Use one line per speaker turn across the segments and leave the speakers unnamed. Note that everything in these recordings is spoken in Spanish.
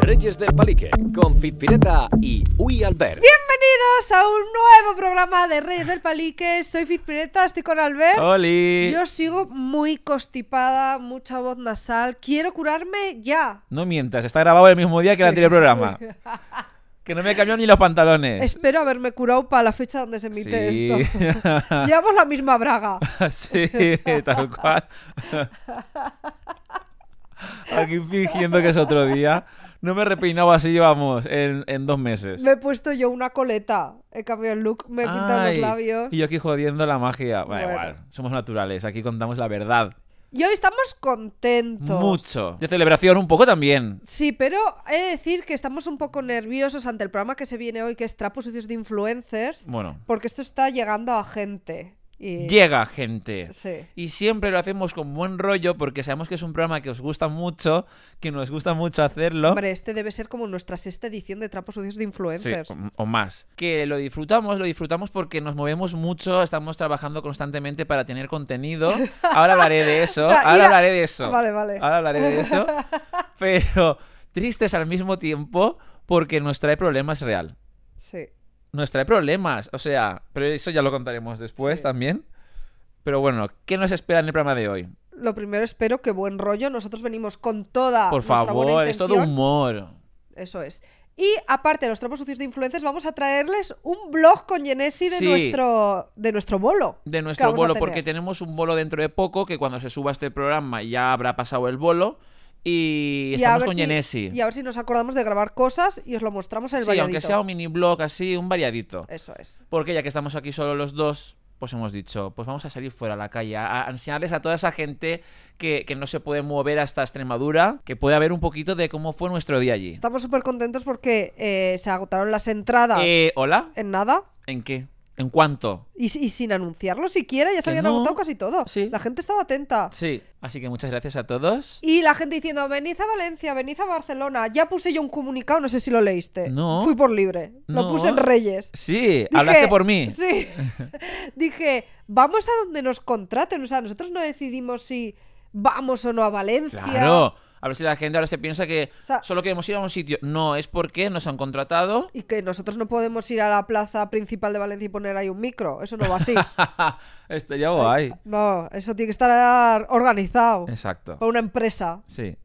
Reyes del Palique, con Fitpireta y Uy Albert.
Bienvenidos a un nuevo programa de Reyes del Palique. Soy Fitpireta, estoy con Albert.
¡Oli!
Yo sigo muy constipada, mucha voz nasal. Quiero curarme ya.
No mientas, está grabado el mismo día que el anterior programa. Que no me cambió ni los pantalones.
Espero haberme curado para la fecha donde se emite
Sí.
esto. Llevamos la misma braga.
sí, tal cual. Aquí fingiendo que es otro día. No me he repeinado así, llevamos, en, en dos meses.
Me he puesto yo una coleta. He cambiado el look, me he pintado los
Ay,
labios.
Y yo aquí jodiendo la magia. Bueno,
Bueno.
igual, somos naturales, aquí contamos la verdad.
Y hoy estamos contentos.
Mucho. De celebración un poco también.
Sí, pero he de decir que estamos un poco nerviosos ante el programa que se viene hoy, que es Trapos Sucios de Influencers,
Bueno,
porque esto está llegando a gente. Y...
llega gente.
Sí.
Y siempre lo hacemos con buen rollo porque sabemos que es un programa que os gusta mucho, que nos gusta mucho hacerlo.
Hombre, este debe ser como nuestra sexta edición de Trapos Sucios de
Sí,
Influencers.
o, o más. Que lo disfrutamos, lo disfrutamos porque nos movemos mucho, estamos trabajando constantemente para tener contenido. Ahora hablaré de eso,
O sea,
ahora
ir a-
hablaré de eso.
Vale, vale.
Ahora hablaré de eso. Pero tristes al mismo tiempo porque nos trae problemas real.
Sí.
Nos trae problemas, o sea, pero eso ya lo contaremos después
Sí.
también. Pero bueno, ¿qué nos espera en el programa de hoy?
Lo primero espero que buen rollo. Nosotros venimos con toda
Por
Ah, nuestra buena
favor, es todo
intención.
humor.
Eso es. Y aparte de los trapos sucios de influencers, vamos a traerles un blog con Genesi de
Sí.
nuestro de nuestro bolo.
De
que
nuestro
vamos a
bolo,
tener.
porque tenemos un bolo dentro de poco que cuando se suba este programa ya habrá pasado el bolo. Y
Y a
estamos
ver
con
si-
Genesi.
Y a ver si nos acordamos de grabar cosas y os lo mostramos en el
Sí, aunque
variadito.
sea un mini blog así, un variadito.
Eso es.
Porque ya que estamos aquí solo los dos, pues hemos dicho, pues vamos a salir fuera a la calle, a, a enseñarles a toda esa gente que, que no se puede mover hasta Extremadura, que pueda ver un poquito de cómo fue nuestro día allí.
Estamos súper contentos porque eh, se agotaron las entradas
Eh, ¿Hola?
en nada.
¿En qué? ¿En cuánto?
Y, si- y sin anunciarlo siquiera, ya se
Que
habían
no.
agotado casi todo.
Sí.
La gente estaba atenta.
Sí. Así que muchas gracias a todos.
Y la gente diciendo, venid a Valencia, venid a Barcelona. Ya puse yo un comunicado, no sé si lo leíste.
No.
Fui por libre. Lo
No.
puse en Reyes.
Sí,
Dije-
hablaste por mí.
Sí. Dije, vamos a donde nos contraten. O sea, nosotros no decidimos si vamos o no a Valencia.
Claro. A ver si la gente ahora se piensa que
O sea-
solo queremos ir a un sitio. No, es porque nos han contratado.
Y que nosotros no podemos ir a la plaza principal de Valencia y poner ahí un micro. Eso no va así.
Estaría guay.
no, eso tiene que estar organizado
Exacto.
por una empresa.
Sí.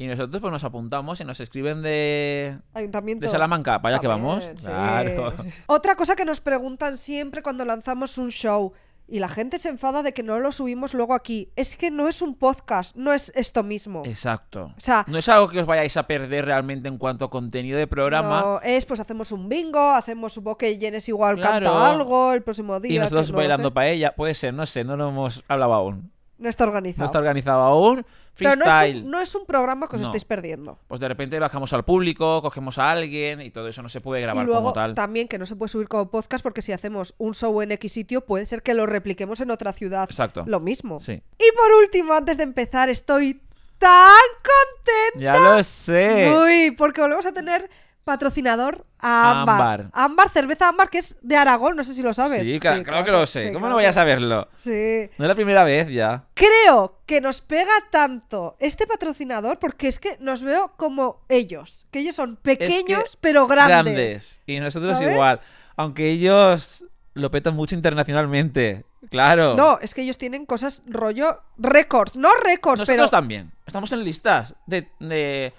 Y nosotros pues nos apuntamos y nos escriben de...
Ayuntamiento.
De Salamanca, vaya que vamos.
sí.
Claro.
Otra cosa que nos preguntan siempre cuando lanzamos un show y la gente se enfada de que no lo subimos luego aquí. Es que no es un podcast, no es esto mismo.
Exacto.
O sea-
no es algo que os vayáis a perder realmente en cuanto a contenido de programa.
No, es pues hacemos un bingo, hacemos supongo que Jenes igual
Claro.
canta algo el próximo día.
y nosotros
que no lo
bailando
sé.
paella. Puede ser, no sé, no lo hemos hablado aún.
No está organizado.
No está organizado aún.
Pero no
Freestyle.
es, un, no es un programa que os
No.
estáis perdiendo.
Pues de repente bajamos al público, cogemos a alguien y todo eso no se puede grabar
y luego
como tal.
también que no se puede subir como podcast porque si hacemos un show en X sitio puede ser que lo repliquemos en otra ciudad.
Exacto.
Lo mismo.
Sí.
Y por último, antes de empezar, estoy tan contenta.
Ya lo sé.
Uy, porque volvemos a tener patrocinador a Ámbar.
Ámbar.
Ámbar, cerveza Ámbar, que es de Aragón, no sé si lo sabes.
Sí, claro, claro que lo sé.
sí,
¿Cómo
claro
no voy a
que-
saberlo?
Sí.
No es la primera vez ya.
Creo que nos pega tanto este patrocinador porque es que nos veo como ellos, que ellos son
Es que-
pequeños pero grandes.
Y nosotros
¿Sabes?
igual. Aunque ellos lo petan mucho internacionalmente. Claro.
No, es que ellos tienen cosas rollo récords, no récords,
Nosotros
pero
también. Estamos en listas de, de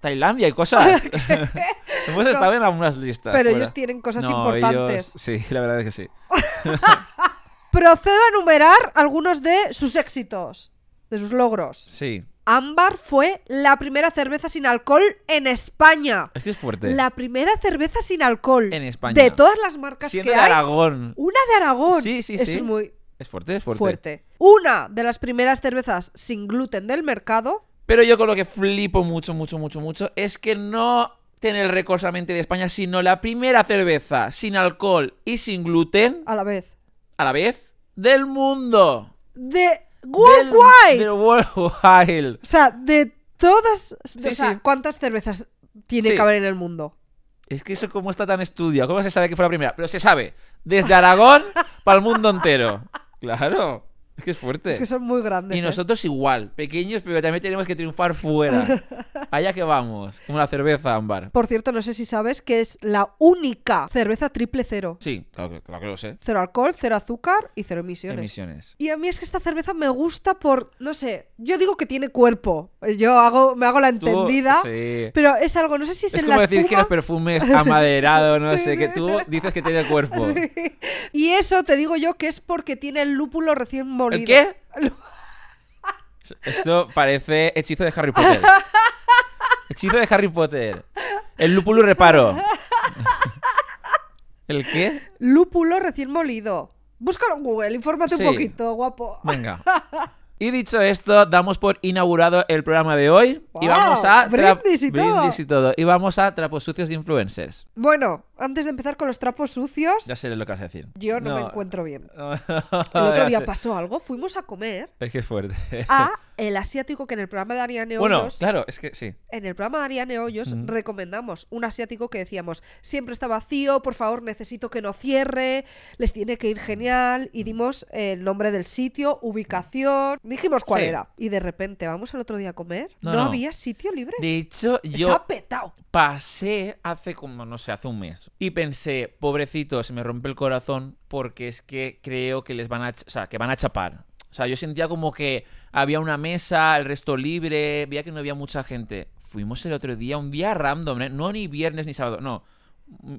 Tailandia y cosas. Hemos estado en algunas listas.
pero
fuera.
ellos tienen cosas
No,
importantes.
ellos- Sí, la verdad es que sí.
Procedo a enumerar algunos de sus éxitos, de sus logros.
Sí.
Ámbar fue la primera cerveza sin alcohol en España.
Es que es fuerte.
La primera cerveza sin alcohol
En España.
De todas las marcas
Siendo
que
de
hay,
Aragón.
una de Aragón.
Sí, sí,
Eso
sí.
es muy
Es fuerte, es fuerte.
fuerte. Una de las primeras cervezas sin gluten del mercado.
Pero yo con lo que flipo mucho, mucho, mucho, mucho es que no tiene el récord solamente de España, sino la primera cerveza sin alcohol y sin gluten
A la vez.
a la vez del mundo.
De
Del-
Worldwide.
Del Worldwide.
O sea, de todas. o sea,
sí.
¿cuántas cervezas tiene
Sí.
que haber en el mundo?
Es que eso cómo está tan estudiado. ¿Cómo se sabe que fue la primera? Pero se sabe. Desde Aragón para el mundo entero. Claro. Es que es fuerte.
Es que son muy grandes.
y
¿eh?
nosotros igual, pequeños, pero también tenemos que triunfar fuera. Allá que vamos, como la cerveza ámbar.
Por cierto, no sé si sabes que es la única cerveza triple cero.
Sí, claro, que- claro que lo sé.
Cero alcohol, cero azúcar y cero emisiones.
Emisiones.
Y a mí es que esta cerveza me gusta por, no sé, yo digo que tiene cuerpo. Yo hago, me hago la
Tú-
entendida.
sí.
Pero es algo, no sé si es,
Es
en
como
la
decir que
espuma.
los perfumes amaderado, no
Sí,
sé, que
sí.
tú dices que tiene cuerpo.
Y eso te digo yo que es porque tiene el lúpulo recién molido.
¿El qué? Esto parece hechizo de Harry Potter. Hechizo de Harry Potter. El lúpulo reparo. ¿El qué?
Lúpulo recién molido. Búscalo en Google, infórmate
Sí.
un poquito, guapo.
Venga. Y dicho esto, damos por inaugurado el programa de hoy. y
Wow,
vamos a. tra-
brindis y todo.
brindis y todo. Y vamos a Trapos Sucios de Influencers.
Bueno, antes de empezar con los trapos sucios,
Ya sé Ah, lo que vas a decir.
yo no, me encuentro bien. El
El
otro día pasó algo, fuimos a comer
Es que es fuerte.
a el asiático que en el programa de Ariane Hoyos,
Bueno, claro, es que sí.
en el programa de Ariane Hoyos recomendamos un asiático que decíamos, siempre está vacío, por favor, necesito que no cierre, les tiene que ir genial y dimos eh, el nombre del sitio, ubicación, dijimos cuál
Sí.
era y de repente vamos al otro día a comer,
No,
no,
no.
había sitio libre.
De hecho, yo.
Estaba petado.
pasé hace como, no sé, hace un mes. Y pensé, pobrecito, se me rompe el corazón porque es que creo que les van a, ch- o sea, que van a chapar. O sea, yo sentía como que había una mesa, el resto libre, veía que no había mucha gente. Fuimos el otro día, un día random, ¿eh? no ni viernes ni sábado, no,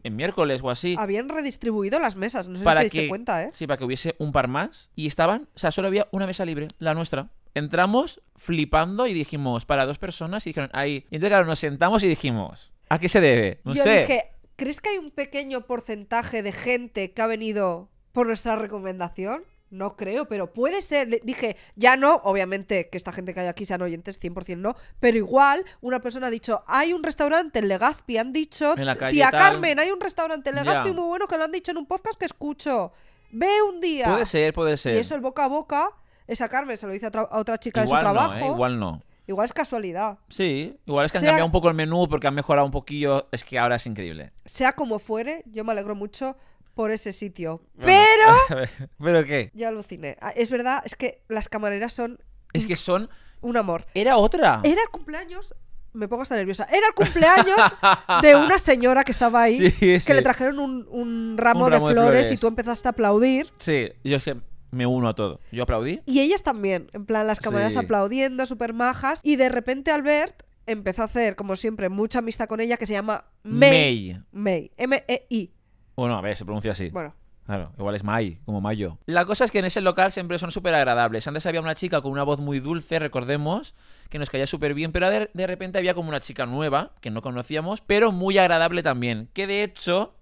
en miércoles o así.
Habían redistribuido las mesas, no sé
para
si te diste
que,
cuenta, ¿eh?
Sí, para que hubiese un par más. Y estaban, o sea, solo había una mesa libre, la nuestra. Entramos flipando y dijimos, para dos personas, y dijeron, ahí. Y entonces, claro, nos sentamos y dijimos, ¿a qué se debe? No
Yo
sé.
dije, ¿crees que hay un pequeño porcentaje de gente que ha venido por nuestra recomendación? No creo, pero puede ser. Le- Dije, ya no, obviamente que esta gente que hay aquí sean oyentes, 100% no, pero igual una persona ha dicho, hay un restaurante en Legazpi, han dicho,
En la calle
tía
tal".
Carmen, hay un restaurante en
Ya.
Legazpi muy bueno que lo han dicho en un podcast que escucho. Ve un día.
Puede ser, puede ser.
Y eso el boca a boca, esa Carmen se lo dice a, tra- a otra chica
igual
de su trabajo.
No, ¿eh? Igual no.
igual es casualidad.
Sí, igual es que han
Sea-
cambiado un poco el menú porque han mejorado un poquillo. Es que ahora es increíble.
Sea como fuere, yo me alegro mucho por ese sitio.
Bueno,
Pero
a ver, ¿Pero qué?
Yo aluciné. Ah, Es verdad, es que las camareras son
Es que son.
un amor.
Era otra.
Era el cumpleaños, me pongo hasta nerviosa, era el cumpleaños de una señora que estaba ahí,
Sí,
que
sí.
le trajeron un, un ramo,
Un ramo de
de, flores
flores.
y tú empezaste a aplaudir.
Sí, yo es que me uno a todo. Yo aplaudí.
Y ellas también, en plan, las camareras
Sí.
aplaudiendo, súper majas. Y de repente Albert empezó a hacer, como siempre, mucha amistad con ella que se llama May.
May.
May. M-E-I.
Bueno, a ver, se pronuncia así.
Bueno,
Claro, igual es May, como Mayo. La cosa es que en ese local siempre son súper agradables. Antes había una chica con una voz muy dulce, recordemos, que nos caía súper bien, pero de, de repente había como una chica nueva, que no conocíamos, pero muy agradable también, que de hecho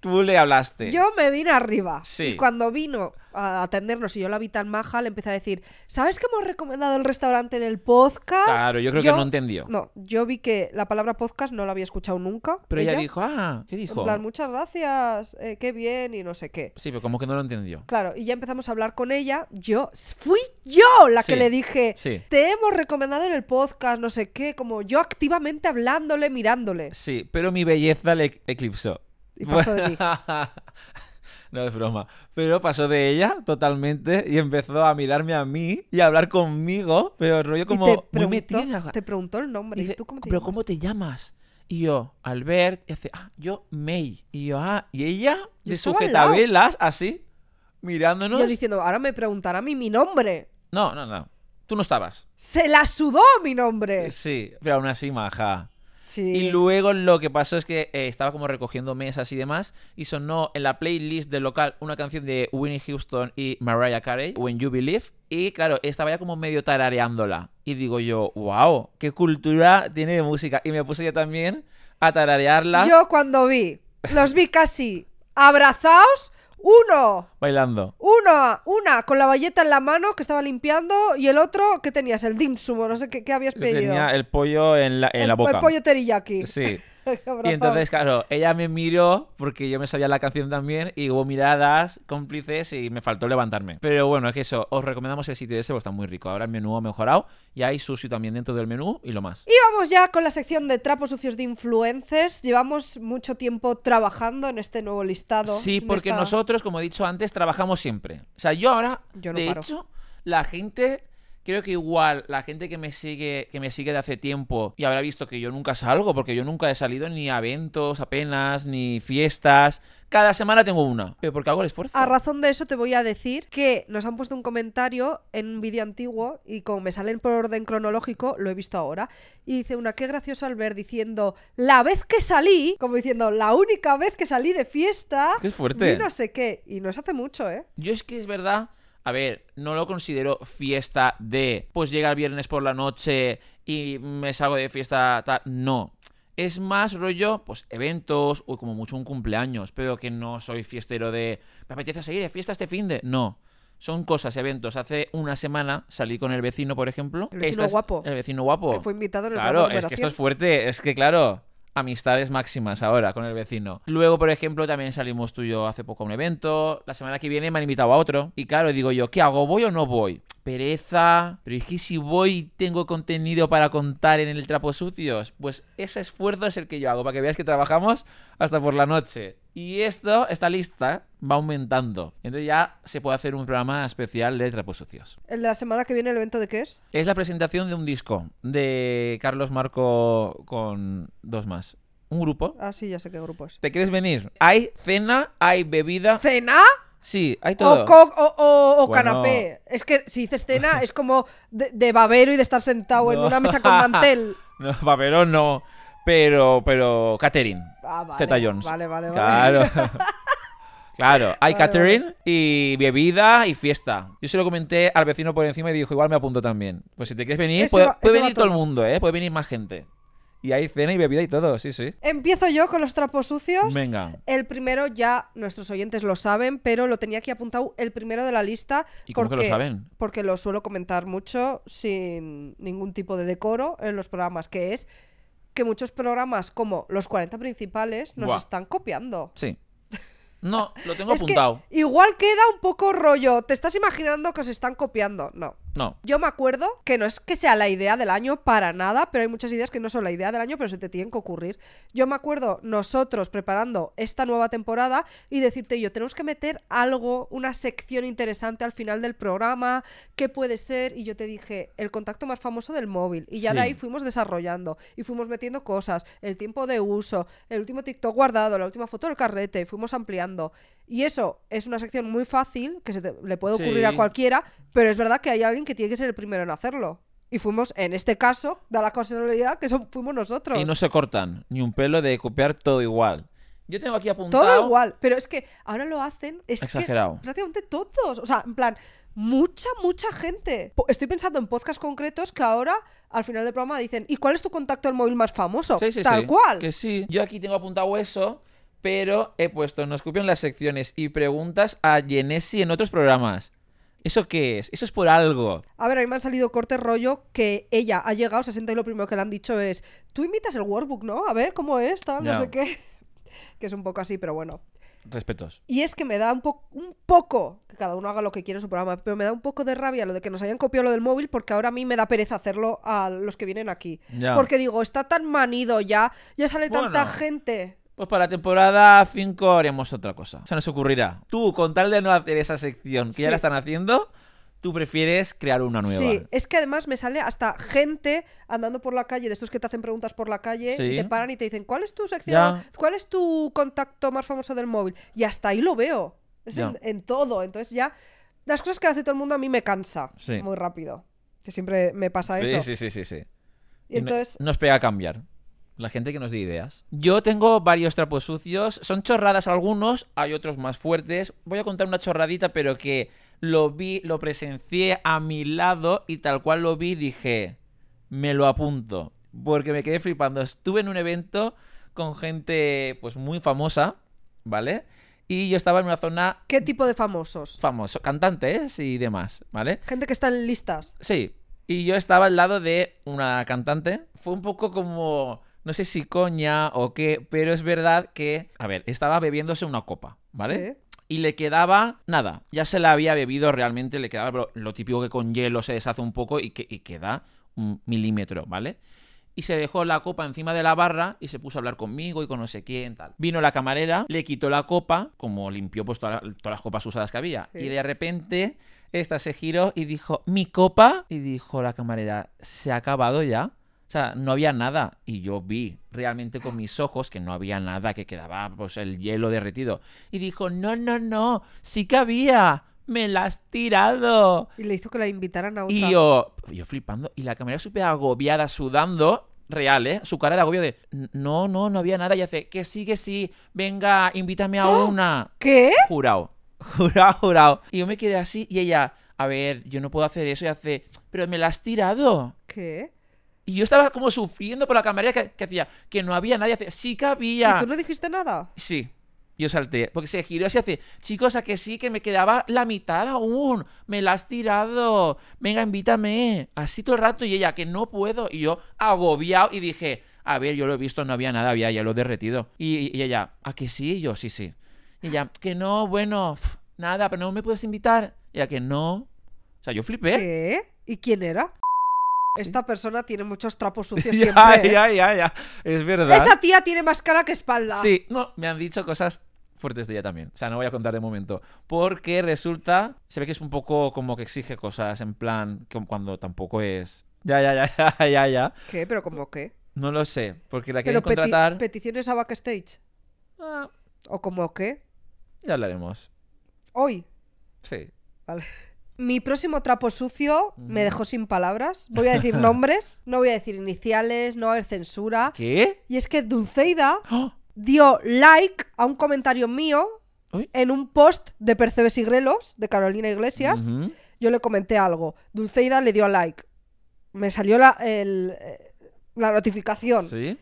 tú le hablaste.
Yo me vine arriba.
Sí.
Y cuando vino a atendernos y yo la vi tan maja, le empecé a decir, ¿sabes que hemos recomendado el restaurante en el podcast?
Claro, yo creo que no entendió.
No, yo vi que la palabra podcast no la había escuchado nunca.
Pero ella, dijo, ah, ¿qué dijo?
En plan, muchas gracias, eh, qué bien y no sé qué.
Sí, pero como que no lo entendió.
Claro, y ya empezamos a hablar con ella. Yo, fui yo la
Sí,
que le dije,
sí.
te hemos recomendado en el podcast, no sé qué, como yo activamente hablándole, mirándole.
Sí, pero mi belleza le eclipsó.
Y pasó de mí.
no es broma. Pero pasó de ella totalmente y empezó a mirarme a mí y a hablar conmigo, pero rollo como
y te
muy
preguntó,
metida.
te preguntó el nombre.
Y
¿Y
dice,
tú cómo te
¿pero
llamas?".
cómo te llamas? Y yo, Albert, y hace, ah, yo, May. Y yo, ah, y ella, de
estaba al lado.
sujetabelas, así, mirándonos.
Yo diciendo, ahora me preguntará a mí mi nombre.
No, no, no. Tú no estabas.
Se la sudó mi nombre.
Sí, pero aún así, maja.
Sí.
Y luego lo que pasó es que eh, estaba como recogiendo mesas y demás y sonó en la playlist del local una canción de Winnie Houston y Mariah Carey, When You Believe, y claro, estaba ya como medio tarareándola. Y digo yo, wow, qué cultura tiene de música. Y me puse yo también a tararearla
Yo cuando vi, los vi casi abrazados, uno,
bailando.
uno, una con la valleta en la mano que estaba limpiando y el otro que tenías, el dim sum o no sé qué, qué habías pedido.
Tenía el pollo en la, en
El-
la boca.
El pollo teriyaki.
Sí. Y
Abrazado.
entonces, claro, ella me miró porque yo me sabía la canción también y hubo miradas cómplices y me faltó levantarme. Pero bueno, es que eso, os recomendamos el sitio ese porque está muy rico. Ahora el menú ha mejorado y hay sushi también dentro del menú y lo más.
Y vamos ya con la sección de trapos sucios de influencers. Llevamos mucho tiempo trabajando en este nuevo listado.
Sí,
en
porque
esta-
nosotros, como he dicho antes, trabajamos siempre. O sea, yo ahora,
Yo no
de
paro.
hecho, la gente. Creo que igual la gente que me sigue, que me sigue de hace tiempo y habrá visto que yo nunca salgo, porque yo nunca he salido ni a eventos apenas, ni fiestas. Cada semana tengo una. Pero porque hago el esfuerzo.
A razón de eso te voy a decir que nos han puesto un comentario en un vídeo antiguo y como me salen por orden cronológico, lo he visto ahora. Y dice una, qué gracioso al ver diciendo, la vez que salí, como diciendo, la única vez que salí de fiesta.
Qué fuerte.
Y no sé qué. Y no es hace mucho, ¿eh?
Yo es que es verdad, a ver, no lo considero fiesta de, pues llega el viernes por la noche y me salgo de fiesta tal. No. Es más rollo, pues eventos o como mucho un cumpleaños, pero que no soy fiestero de, me apetece salir de fiesta este fin de. No. Son cosas, eventos. Hace una semana salí con el vecino, por ejemplo.
El vecino
Estas-
guapo.
El vecino guapo.
Que fue invitado en el
Claro,
programa de
es que esto es
Operación.
fuerte, es que claro, amistades máximas ahora con el vecino. Luego, por ejemplo, también salimos tú y yo hace poco a un evento, la semana que viene me han invitado a otro y claro, digo yo, ¿qué hago? ¿Voy o no voy? Pereza, pero es que si voy tengo contenido para contar en el trapo sucios, pues ese esfuerzo es el que yo hago para que veas que trabajamos hasta por la noche. Y esto, esta lista va aumentando. Entonces ya se puede hacer un programa especial de trapos sucios.
El de la semana que viene, el evento de qué es?
Es la presentación de un disco de Carlos Marco con dos más. Un grupo.
Ah, sí, ya sé qué grupo es.
¿Te quieres venir? Hay cena, hay bebida.
¿Cena?
Sí, hay todo.
O, Oh, co- o- o- o
Bueno.
canapé. Es que si dices cena es como de, de babero y de estar sentado en
No.
una mesa con mantel.
No, pero no. Pero, pero, catering.
Ah, vale,
Zeta Jones.
vale, vale,
Claro.
vale.
Claro, hay
Vale,
catering y bebida y fiesta. Yo se lo comenté al vecino por encima y dijo, igual me apunto también. Pues si te quieres venir,
Eso
puede,
va-
puede
eso va
venir todo el
todo.
mundo, ¿eh? Puede venir más gente. Y hay cena y bebida y todo, sí, sí.
Empiezo yo con los trapos sucios.
Venga.
El primero ya nuestros oyentes lo saben, pero lo tenía aquí apuntado el primero de la lista.
¿Y cómo que lo
porque-
saben?
Porque lo suelo comentar mucho sin ningún tipo de decoro en los programas, que es que muchos programas como los 40 principales nos
Buah.
están copiando.
Sí. No, lo tengo
Es que
apuntado.
igual queda un poco rollo. ¿Te estás imaginando que os están copiando? No.
No.
Yo me acuerdo que no es que sea la idea del año para nada, pero hay muchas ideas que no son la idea del año, pero se te tienen que ocurrir. Yo me acuerdo nosotros preparando esta nueva temporada y decirte yo, tenemos que meter algo, una sección interesante al final del programa, ¿qué puede ser? Y yo te dije, el contacto más famoso del móvil. Y ya de
Sí.
ahí fuimos desarrollando y fuimos metiendo cosas, el tiempo de uso, el último TikTok guardado, la última foto del carrete, y fuimos ampliando. Y eso es una sección muy fácil, que se te- le puede ocurrir a
Sí.
cualquier quiera, pero es verdad que hay alguien que tiene que ser el primero en hacerlo. Y fuimos, en este caso, da la casualidad que son, fuimos nosotros.
Y no se cortan ni un pelo de copiar todo igual. Yo tengo aquí apuntado.
todo igual, pero es que ahora lo hacen. Es que
Exagerado.
prácticamente todos. O sea, en plan, mucha, mucha gente. Po- Estoy pensando en podcasts concretos que ahora, al final del programa, dicen: ¿Y cuál es tu contacto al móvil más famoso?
Sí, sí,
Tal
sí.
cual.
Que sí. Yo aquí tengo apuntado eso, pero he puesto no escupió en las secciones y preguntas a Genesi en otros programas. ¿Eso qué es? Eso es por algo.
A ver, a mí me han salido cortes rollo que ella ha llegado, se siente y lo primero que le han dicho es, tú invitas el workbook, ¿no? A ver cómo es, tal, no
Ya.
sé qué. que es un poco así, pero bueno.
Respetos.
Y es que me da un, po- un poco, que cada uno haga lo que quiera en su programa, pero me da un poco de rabia lo de que nos hayan copiado lo del móvil porque ahora a mí me da pereza hacerlo a los que vienen aquí.
Ya.
Porque digo, está tan manido ya, ya sale tanta
Bueno.
gente.
Pues para la temporada 5 haremos otra cosa. Se nos ocurrirá. Tú, con tal de no hacer esa sección que
Sí.
ya la están haciendo, tú prefieres crear una nueva.
Sí, es que además me sale hasta gente andando por la calle, de estos que te hacen preguntas por la calle y
Sí.
te paran y te dicen, ¿cuál es tu sección?
Ya.
¿Cuál es tu contacto más famoso del móvil? Y hasta ahí lo veo. Es en,
Ya.
en todo. Entonces ya, las cosas que hace todo el mundo a mí me cansa
Sí.
muy rápido. Que siempre me pasa eso.
sí, sí, sí, sí.
Y entonces,
Nos pega a cambiar. La gente que nos dé ideas. Yo tengo varios trapos sucios. Son chorradas algunos, hay otros más fuertes. Voy a contar una chorradita, pero que lo vi, lo presencié a mi lado y tal cual lo vi dije, me lo apunto. Porque me quedé flipando. Estuve en un evento con gente pues muy famosa, ¿vale? Y yo estaba en una zona
¿qué tipo de famosos?
famosa, cantantes y demás, ¿vale?
Gente que está en listas.
Sí. Y yo estaba al lado de una cantante. Fue un poco como. No sé si coña o qué, pero es verdad que. A ver, estaba bebiéndose una copa, ¿vale? Y le quedaba nada. Ya se la había bebido realmente, le quedaba lo, lo típico que con hielo se deshace un poco y, que, y queda un milímetro, ¿vale? Y se dejó la copa encima de la barra y se puso a hablar conmigo y con no sé quién, tal. Vino la camarera, le quitó la copa, como limpió pues toda la- todas las copas usadas que había.
Sí.
Y de repente Esta se giró y dijo, mi copa. Y dijo la camarera, ¿se ha acabado ya? O sea, no había nada. Y yo vi realmente con mis ojos que no había nada, que quedaba pues el hielo derretido. Y dijo, no, no, no, sí que había. Me la has tirado.
Y le hizo que la invitaran a otra.
Y yo, yo flipando. Y la camarera súper agobiada, sudando. Real, ¿eh? Su cara de agobio de, no, no, no había nada. Y hace, que sí, que sí. Venga, invítame a
¡Oh!
una.
¿Qué?
Jurado. Jurado, jurado. Y yo me quedé así y ella, a ver, yo no puedo hacer eso. Y hace, pero me la has tirado.
¿Qué?
Y yo estaba como sufriendo por la camarera que, que hacía, que no había nadie. Hace, sí que había.
¿Y tú no dijiste nada?
Sí. Yo salté, porque se giró así hace, chicos, a que sí, que me quedaba la mitad aún, me la has tirado, venga, invítame, así todo el rato, y ella, que no puedo, y yo agobiado, y dije, a ver, yo lo he visto, no había nada, había ya lo derretido, y, y ella, a que sí, Y yo, sí, sí, y ella, que no, bueno, pf, nada, pero no me puedes invitar, y ella, que no, o sea, yo flipé,
¿Qué? ¿Y quién era? Esta persona tiene muchos trapos sucios
Ya,
siempre. ¿eh?
ya, ya, ya. Es verdad.
Esa tía tiene más cara que espalda.
Sí, no, me han dicho cosas fuertes de ella también. O sea, no voy a contar de momento. Porque resulta, se ve que es un poco como que exige cosas en plan que cuando tampoco es. Ya, ya, ya, ya, ya, ya.
¿Qué? ¿Pero cómo qué?
No lo sé, porque la
¿Pero
quieren
peti-
contratar.
peticiones a backstage?
Ah,
¿O cómo qué?
ya hablaremos.
Hoy.
Sí.
Vale. Mi próximo trapo sucio
Mm.
me dejó sin palabras. Voy a decir nombres, no voy a decir iniciales, no va a haber censura.
¿Qué?
Y es que Dulceida
¡Oh!
dio like a un comentario mío
Uy.
en un post de Percebes y Grelos de Carolina Iglesias.
Ujú.
Yo le comenté algo. Dulceida le dio like. Me salió la, el- eh, la notificación.
¿Sí?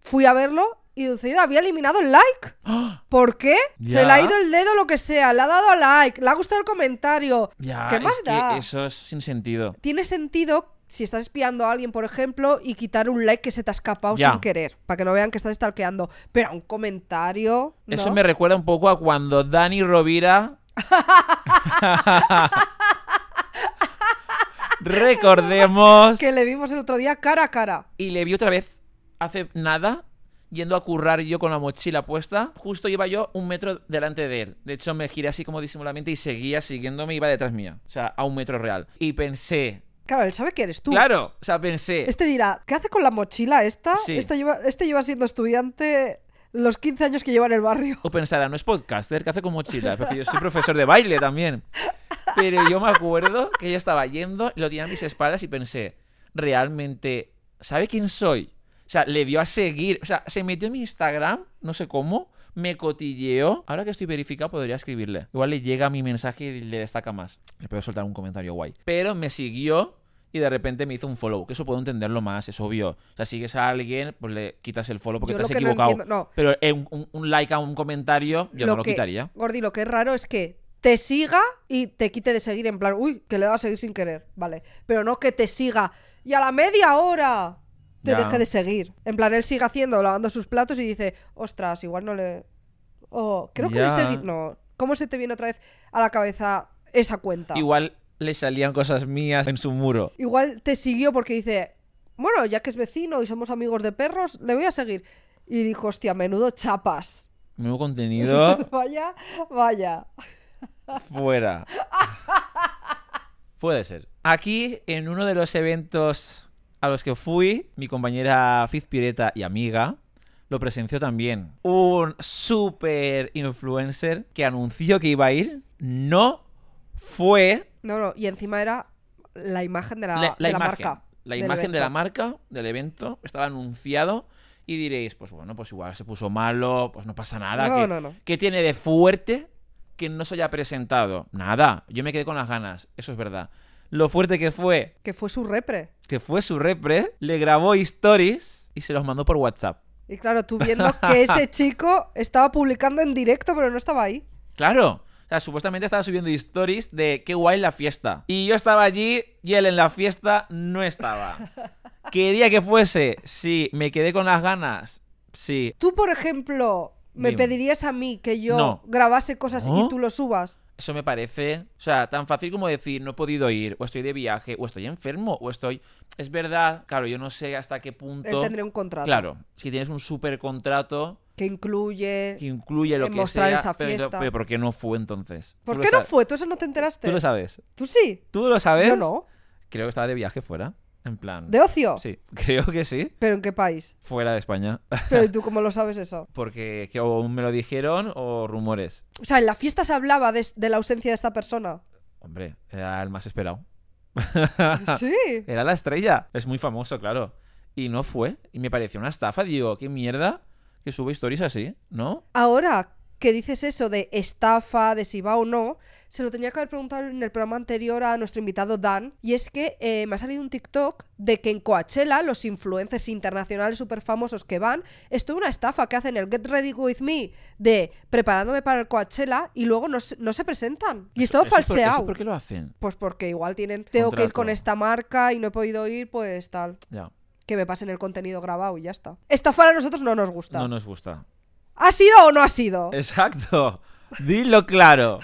Fui a verlo y Dulceida había eliminado el like.
¡Oh!
¿Por qué? Se le
Ya.
ha ido el dedo, lo que sea. Le ha dado a like. Le ha gustado el comentario.
Ya,
¿Qué más
es
da?
que eso es sin sentido.
tiene sentido si estás espiando a alguien, por ejemplo, y quitar un like que se te ha escapado
Ya.
sin querer, para que no vean que estás stalkeando. Pero un comentario. ¿no?
Eso me recuerda un poco a cuando Dani Rovira. Recordemos.
Que le vimos el otro día cara a cara.
Y le vi otra vez, hace nada, yendo a currar yo con la mochila puesta. Justo iba yo un metro delante de él. De hecho, me giré así como disimuladamente y seguía siguiéndome, iba detrás mía. O sea, a un metro real. Y pensé,
Claro, él sabe que eres tú.
claro, o sea, pensé,
Este dirá, ¿qué hace con la mochila esta?
Sí.
Esta lleva, este lleva siendo estudiante los 15 años que lleva en el barrio.
o pensará, no es podcaster, ¿qué hace con mochila? Porque yo soy profesor de baile también. Pero yo me acuerdo que yo estaba yendo, lo tenía a mis espaldas y pensé, realmente, ¿sabe quién soy? O sea, le dio a seguir, o sea, se metió en mi Instagram, no sé cómo, me cotilleó. Ahora que estoy verificado, podría escribirle. Igual le llega mi mensaje y le destaca más. Le puedo soltar un comentario guay. Pero me siguió. Y de repente me hizo un follow, que eso puedo entenderlo más, es obvio. O sea, sigues a alguien, pues le quitas el follow porque
Yo
te
lo
has
que no
equivocado.
entiendo- no.
Pero eh, un, un- un like a un comentario, yo no lo
que,
quitaría.
Gordi, lo que es raro es que te siga y te quite de seguir en plan, uy, que le va a seguir sin querer, vale. Pero no que te siga y a la media hora te
Ya.
deje de seguir. En plan, él sigue haciendo, lavando sus platos y dice, ostras, igual no le... Oh, creo que le
Ya.
seguí... No, ¿cómo se te viene otra vez a la cabeza esa cuenta?
Igual le salían cosas mías en su muro.
Igual te siguió porque dice, bueno, ya que es vecino y somos amigos de perros, le voy a seguir. Y dijo, hostia, menudo chapas.
Nuevo contenido
vaya, vaya.
fuera. Puede ser. Aquí, en uno de los eventos a los que fui, mi compañera Fiz Pireta y amiga lo presenció también. Un super influencer que anunció que iba a ir, no fue
No, no, y encima era la imagen de la,
la, la
de la
imagen.
marca.
La
del
imagen de la
evento.
marca, del evento, estaba anunciado. Y diréis, pues bueno, pues igual se puso malo, pues no pasa nada.
No,
que,
no, no.
¿Qué tiene de fuerte que no se haya presentado? Nada. Yo me quedé con las ganas, eso es verdad. Lo fuerte que fue,
Que fue su repre.
que fue su repre, le grabó stories y se los mandó por WhatsApp.
Y claro, tú viendo que ese chico estaba publicando en directo, pero no estaba ahí.
Claro. O sea, supuestamente estaba subiendo stories de qué guay la fiesta. Y yo estaba allí y él en la fiesta no estaba. Quería que fuese. Sí, me quedé con las ganas. Sí.
Tú, por ejemplo, me
Dime.
pedirías a mí que yo
No.
grabase cosas
¿No?
y tú lo subas. eh,
Eso me parece, o sea, tan fácil como decir no he podido ir, o estoy de viaje, o estoy enfermo, o estoy... Es verdad, claro, yo no sé hasta qué
Él
punto...
tendría un contrato
Claro, si tienes un super contrato
que incluye.
que incluye lo
En
que
mostrar
sea,
esa
pero-
fiesta.
pero ¿por qué no fue entonces? Tú
¿Por
lo
qué no
sabes-
fue? ¿Tú eso no te enteraste?
Tú lo sabes.
¿Tú sí?
¿Tú lo sabes?
Yo no.
Creo que estaba de viaje fuera, en plan...
¿De ocio?
Sí, creo que sí,
¿Pero en qué país?
fuera de España.
¿Pero ¿y tú cómo lo sabes eso?
Porque que o me lo dijeron o rumores.
O sea, en la fiesta se hablaba de, de la ausencia de esta persona.
Hombre, era el más esperado.
Sí.
Era la estrella. Es muy famoso, claro. Y no fue. Y me pareció una estafa. Digo, qué mierda que sube stories así, ¿no?
Ahora que dices eso de estafa, de si va o no, se lo tenía que haber preguntado en el programa anterior a nuestro invitado Dan. Y es que eh, me ha salido un TikTok de que en Coachella los influencers internacionales súper famosos que van, es toda una estafa que hacen el Get Ready With Me de preparándome para el Coachella y luego no, se- no se presentan. Y es todo
Eso por- eso
falseado.
¿Por qué lo hacen?
Pues porque igual tienen, tengo que ir
Contrato.
con esta marca y no he podido ir, pues tal.
Ya.
Que me pasen el contenido grabado y ya está. Estafar a nosotros no nos gusta.
No nos gusta.
¿Ha sido o no ha sido?
Exacto. Dilo claro.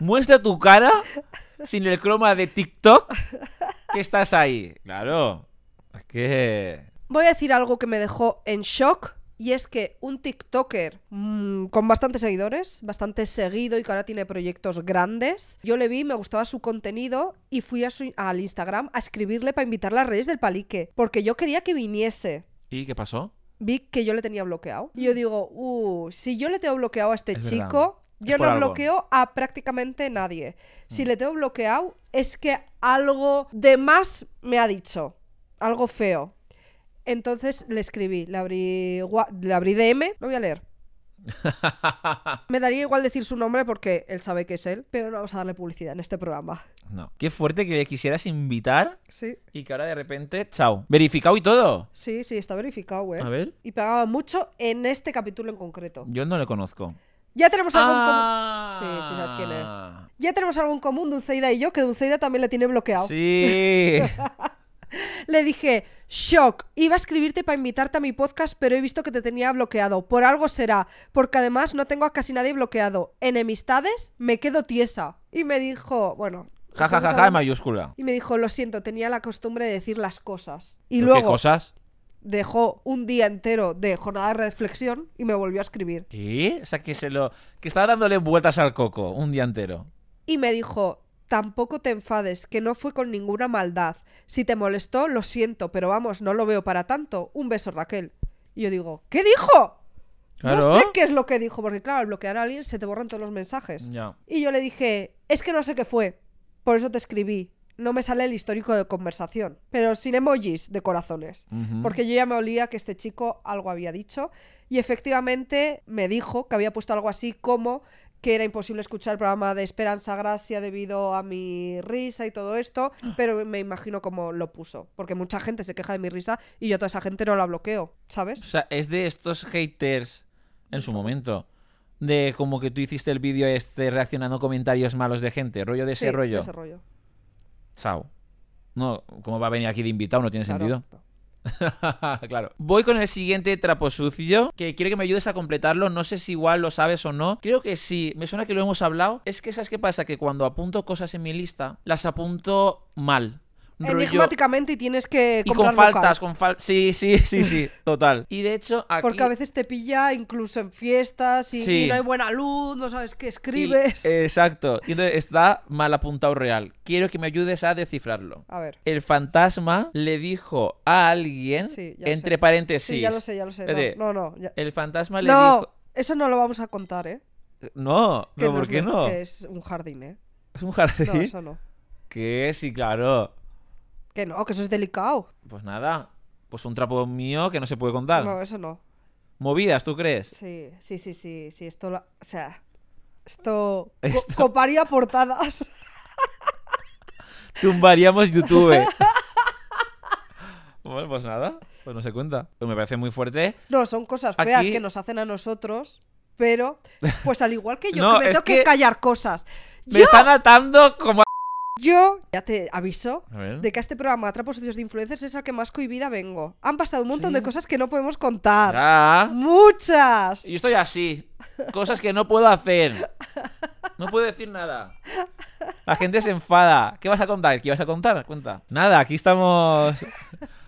Muestra tu cara sin el croma de TikTok que estás ahí. Claro. Es que.
Voy a decir algo que me dejó en shock. Y es que un TikToker mm, con bastantes seguidores, bastante seguido y que ahora tiene proyectos grandes, yo le vi, me gustaba su contenido y fui a su- al Instagram a escribirle para invitarle a Reyes del Palique, porque yo quería que viniese.
¿Y qué pasó?
vi que yo le tenía bloqueado. Y yo digo, uh, si yo le tengo bloqueado a este
Es verdad.
chico,
Es
yo
por
no
algo. Mm.
bloqueo a prácticamente nadie. Si le tengo bloqueado, es que algo de más me ha dicho. Algo feo. Entonces le escribí, le abrí, gua- le abrí DM, lo voy a leer. Me daría igual decir su nombre porque él sabe que es él, pero no vamos a darle publicidad en este programa.
No. Qué fuerte que le quisieras invitar
Sí,
y que ahora de repente. Chao. Verificado y todo.
sí, sí, está verificado, ¿eh?
A ver.
Y pegaba mucho en este capítulo en concreto.
Yo no le conozco.
Ya tenemos algo en común.
Ah,
Sí, sí sabes quién es. Ya tenemos algo en común, Dulceida y yo, que Dulceida también le tiene bloqueado.
Sí.
Le dije, shock, iba a escribirte para invitarte a mi podcast, pero he visto que te tenía bloqueado. Por algo será, porque además no tengo a casi nadie bloqueado. Enemistades, me quedo tiesa. Y me dijo, bueno...
Ja, ja, ja, ja, en mayúscula.
Y me dijo, lo siento, tenía la costumbre de decir las cosas. Y
¿Pero ¿Qué
luego
cosas?
dejó un día entero de jornada de reflexión y me volvió a escribir.
¿Qué? O sea, que se lo. Que estaba dándole vueltas al coco un día entero.
Y me dijo, tampoco te enfades, que no fue con ninguna maldad. Si te molestó, lo siento, pero vamos, no lo veo para tanto. Un beso, Raquel. Y yo digo, ¿qué dijo?
Claro.
No sé qué es lo que dijo, porque claro, al bloquear a alguien se te borran todos los mensajes.
Ya.
Y yo le dije, es que no sé qué fue, por eso te escribí. No me sale el histórico de conversación, pero sin emojis de corazones.
Ujú.
Porque yo ya me olía que este chico algo había dicho y efectivamente me dijo que había puesto algo así como que era imposible escuchar el programa de Esperanza Gracia debido a mi risa y todo esto,
Ah.
pero me imagino cómo lo puso, porque mucha gente se queja de mi risa y yo a toda esa gente no la bloqueo,
O
¿sabes?
sea, es de estos haters en su momento. De como que tú hiciste el vídeo este reaccionando a comentarios malos de gente. Rollo de ese
Sí,
rollo.
de ese rollo.
Chao. No, ¿cómo va a venir aquí de invitado? No tiene
Claro.
sentido. claro. Voy con el siguiente trapo sucio, que quiero que me ayudes a completarlo. No sé si igual lo sabes o no. Creo que sí. Me suena que lo hemos hablado. Es que, ¿sabes qué pasa? Que cuando apunto cosas en mi lista, las apunto mal. Rollo-
Enigmáticamente y tienes que
Y con
comprarlo caro,
faltas, con faltas. Sí, sí, sí, sí. Total. Y de hecho, aquí.
Porque a veces te pilla incluso en fiestas y,
Sí. eh,
y no hay buena luz, no sabes qué
y-
escribes.
Exacto. Y entonces está mal apuntado real. Quiero que me ayudes a descifrarlo.
A ver.
El fantasma le dijo a alguien,
Sí, ya
entre
sé.
paréntesis.
Sí, ya lo sé, ya lo sé.
Espérate.
No, no, no. ya-
El fantasma le
No,
dijo.
eso no lo vamos a contar, ¿eh?
No,
Que
pero ¿por
nos
qué
ve-
no?
Que es un jardín, ¿eh?
Es un
No,
jardín.
eso no.
Que sí, claro.
Que no, que eso es delicado.
Pues nada, pues un trapo mío que no se puede contar.
No, eso no.
Movidas, ¿tú crees?
Sí, sí, sí, sí, sí. Esto, lo- o sea, esto, co-
Esto-
coparía portadas.
Tumbaríamos YouTube. bueno, pues nada, pues no se cuenta. Pues me parece muy fuerte.
No, son cosas feas
Aquí-
que nos hacen a nosotros, pero pues al igual que yo,
No,
que me
es
tengo que...
que-
callar cosas.
Me
Yo,
están atando como... a-
yo, ya te aviso
A ver.
de que a este programa Atrapos Socios de Influencers es al que más cohibida vengo. Han pasado un montón
Sí.
de cosas que no podemos contar.
Ya.
¡Muchas!
Yo estoy así. Cosas que no puedo hacer. No puedo decir nada. La gente se enfada. ¿Qué vas a contar? ¿Qué vas a contar? Cuenta. Nada, aquí estamos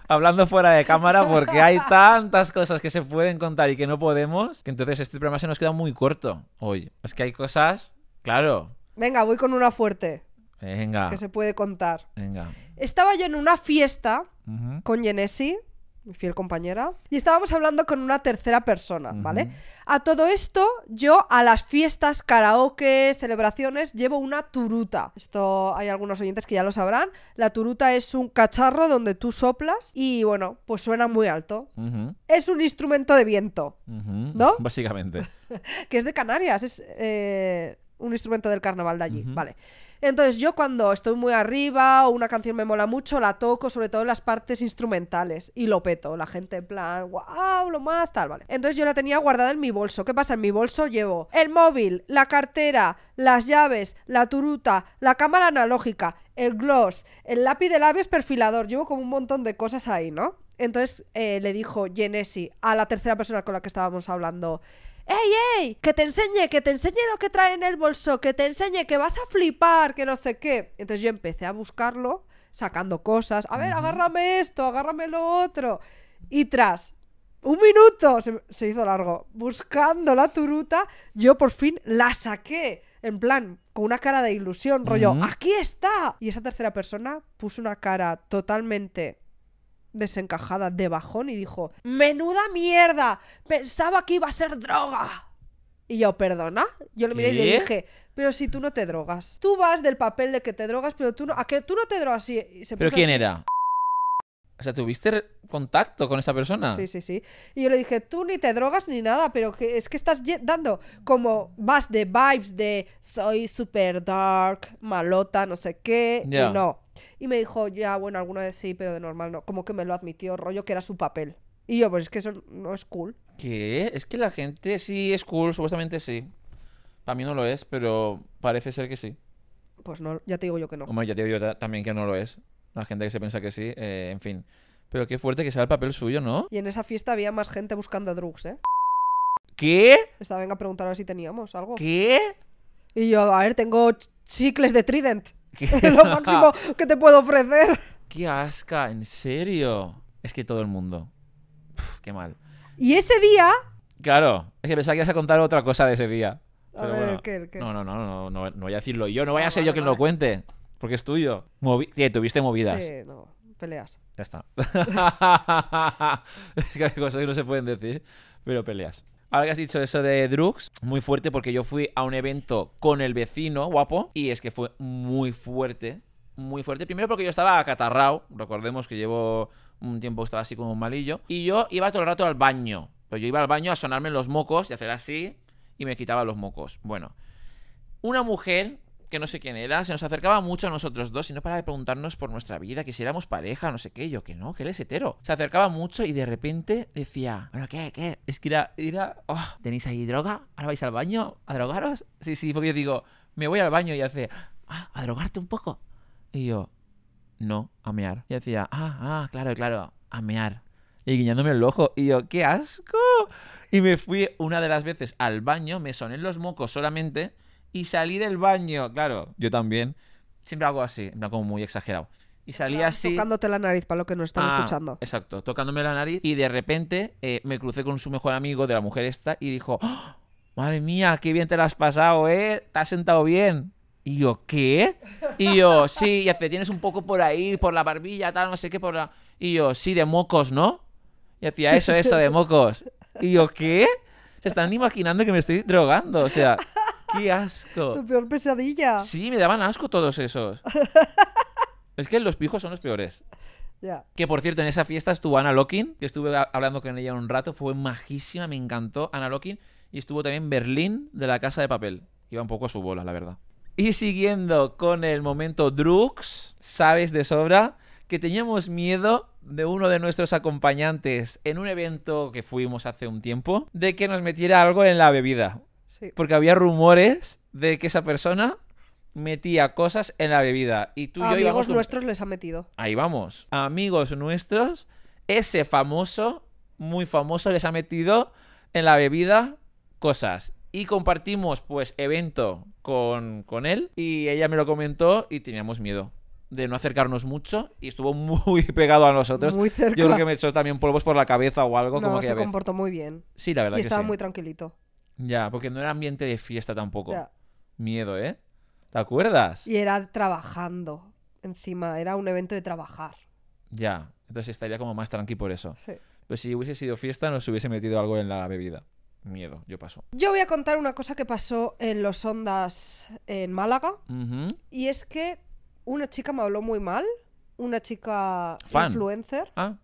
hablando fuera de cámara porque hay tantas cosas que se pueden contar y que no podemos, que entonces este programa se nos queda muy corto hoy. Es que hay cosas, claro.
Venga, voy con una fuerte
Venga.
que se puede contar.
Venga.
Estaba yo en una fiesta
Ujú.
con Genesi, mi fiel compañera, y estábamos hablando con una tercera persona, ¿vale? A todo esto, yo a las fiestas, karaoke, celebraciones, llevo una turuta. Esto hay algunos oyentes que ya lo sabrán. La turuta es un cacharro donde tú soplas y, bueno, pues suena muy alto.
Ujú.
Es un instrumento de viento,
Ujú.
¿No?
Básicamente.
que es de Canarias, es eh, un instrumento del carnaval de allí,
Ujú.
vale. Entonces yo cuando estoy muy arriba o una canción me mola mucho, la toco, sobre todo en las partes instrumentales, y lo peto, la gente en plan, wow, lo más, tal, vale. Entonces yo la tenía guardada en mi bolso, ¿qué pasa? En mi bolso llevo el móvil, la cartera, las llaves, la turuta, la cámara analógica, el gloss, el lápiz de labios perfilador, llevo como un montón de cosas ahí, ¿no? Entonces eh, le dijo Genesi a la tercera persona con la que estábamos hablando, ¡Ey, ey! Que te enseñe, que te enseñe lo que trae en el bolso, que te enseñe, que vas a flipar, que no sé qué. Entonces yo empecé a buscarlo, sacando cosas. A ver, agárrame esto, agárrame lo otro. Y tras un minuto, se, se hizo largo, buscando la turuta, yo por fin la saqué. En plan, con una cara de ilusión, rollo,
Ujú.
¡aquí está! Y esa tercera persona puso una cara totalmente desencajada de bajón y dijo, menuda mierda, pensaba que iba a ser droga. Y yo, perdona, yo le miré y
¿Qué?
le dije, pero si tú no te drogas, tú vas del papel de que te drogas, pero tú no, a que tú no te drogas y, y se
¿Pero
puso
quién
así.
era? O sea, ¿tuviste re- contacto con esa persona?
Sí, sí, sí. Y yo le dije, tú ni te drogas ni nada, pero que es que estás lle- dando como vas de vibes de soy super dark, malota, no sé qué,
Ya.
y no. Y me dijo, ya, bueno, alguna vez sí, pero de normal no. Como que me lo admitió, rollo que era su papel. Y yo, pues es que eso no es cool.
¿Qué? Es que la gente sí es cool, supuestamente sí. Para mí no lo es, pero parece ser que sí.
Pues no, ya te digo yo que no.
Hombre, ya te digo yo ta- también que no lo es. La gente que se piensa que sí, eh, en fin. Pero qué fuerte que sea el papel suyo, ¿no?
Y en esa fiesta había más gente buscando drugs, ¿eh?
¿Qué?
Estaba venga a preguntar a ver si teníamos algo.
¿Qué?
Y yo, a ver, tengo ch- chicles de Trident.
¿Qué?
lo máximo que te puedo ofrecer.
¡Qué asca! ¿En serio? Es que todo el mundo. Pf, qué mal.
Y ese día
Claro, es que pensaba que ibas a contar otra cosa de ese día.
A
Pero
ver,
bueno,
¿el qué, el qué?
No, no, no, no, no, no voy a decirlo yo, no vaya
Ah,
a ser
vale,
yo quien
vale.
lo cuente, porque es tuyo. Movi- Tío, tuviste movidas.
Sí, no, peleas.
Ya está. es que hay cosas que no se pueden decir, pero peleas. Ahora que has dicho eso de drugs, muy fuerte porque yo fui a un evento con el vecino, guapo, y es que fue muy fuerte, muy fuerte. Primero porque yo estaba acatarrao, recordemos que llevo un tiempo que estaba así como un malillo, y yo iba todo el rato al baño. Pero yo iba al baño a sonarme los mocos y hacer así, y me quitaba los mocos. Bueno, una mujer que no sé quién era, se nos acercaba mucho a nosotros dos y no paraba de preguntarnos por nuestra vida, que si éramos pareja, no sé qué, yo que no, que él es hetero. Se acercaba mucho y de repente decía, ¿pero qué, qué? Es que era, era, oh, ¿tenéis ahí droga? ¿Ahora vais al baño a drogaros? Sí, sí, porque yo digo, me voy al baño y hace, ah, a drogarte un poco. Y yo, no, a mear. Y decía, ah, ah, claro, claro, a mear. Y guiñándome el ojo. Y yo, ¡qué asco! Y me fui una de las veces al baño, me soné los mocos solamente y salí del baño. Claro, yo también. Siempre hago así, en plan como muy exagerado. Y salí así.
Ah, Tocándote la nariz para lo que nos están
Ah,
escuchando.
Exacto, tocándome la nariz y de repente eh, me crucé con su mejor amigo de la mujer esta y dijo, "¡Ah! madre mía, qué bien te la has pasado, ¿eh? Te has sentado bien. Y yo, ¿qué? Y yo, sí, y hace, tienes un poco por ahí, por la barbilla, tal, no sé qué, por la... Y yo, sí, de mocos, ¿no? Y hacía eso, eso, de mocos. Y yo, ¿qué? Se están imaginando que me estoy drogando, o sea, qué asco.
Tu peor pesadilla.
Sí, me daban asco todos esos. Es que los pijos son los peores.
Ya.
Que por cierto, en esa fiesta estuvo Ana Locking, que estuve a- hablando con ella un rato, fue majísima, me encantó Ana Locking. Y estuvo también Berlín de la Casa de Papel. Iba un poco a su bola, la verdad. Y siguiendo con el momento Drux, sabes de sobra que teníamos miedo de uno de nuestros acompañantes en un evento que fuimos hace un tiempo, de que nos metiera algo en la bebida.
Sí.
Porque había rumores de que esa persona metía cosas en la bebida. Y tú y yo
Amigos
íbamos con-
nuestros les ha metido.
Ahí vamos. Amigos nuestros, ese famoso, muy famoso, les ha metido en la bebida cosas. Y compartimos, pues, evento con, con él. Y ella me lo comentó y teníamos miedo de no acercarnos mucho. Y estuvo muy pegado a nosotros.
Muy cerca.
Yo creo que me echó también polvos por la cabeza o algo como
no,
aquella
se
vez.
comportó muy bien.
Sí, la verdad
Y
que
estaba
sí.
muy tranquilito.
Ya, porque no era ambiente de fiesta tampoco.
Ya.
Miedo, ¿eh? ¿Te acuerdas?
Y era trabajando. Encima, era un evento de trabajar.
Ya. Entonces estaría como más tranqui por eso.
Sí.
Pero Pues si hubiese sido fiesta, nos hubiese metido algo en la bebida. Miedo, yo paso.
Yo voy a contar una cosa que pasó en los Ondas en Málaga.
Ujú.
Y es que una chica me habló muy mal. Una chica
Fan.
influencer.
Ah,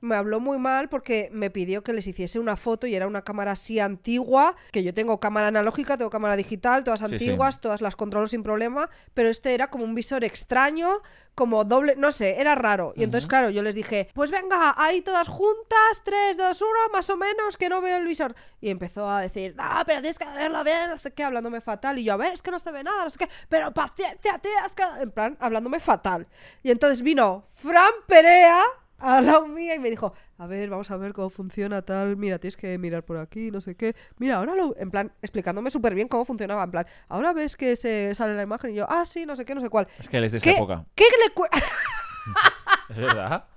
Me habló muy mal porque me pidió que les hiciese una foto y era una cámara así antigua, que yo tengo cámara analógica, tengo cámara digital, todas
Sí, sí.
antiguas, todas las controlo sin problema, pero este era como un visor extraño, como doble, no sé, era raro. Y entonces,
Ujú.
claro, yo les dije, pues venga, ahí todas juntas, 3, 2, 1, más o menos, que no veo el visor. Y empezó a decir, no, pero tienes que verlo bien, no sé qué, hablándome fatal. Y yo, a ver, es que no se ve nada, no sé qué, pero paciencia, tienes que... En plan, hablándome fatal. Y entonces vino Fran Perea a la mía y me dijo, a ver, vamos a ver cómo funciona tal, mira, tienes que mirar por aquí, no sé qué. Mira, ahora lo... En plan, explicándome súper bien cómo funcionaba, en plan, ahora ves que se sale la imagen y yo, ah, sí, no sé qué, no sé cuál.
es que él es de esa
¿Qué,
época.
¿qué, le cu-
Es verdad.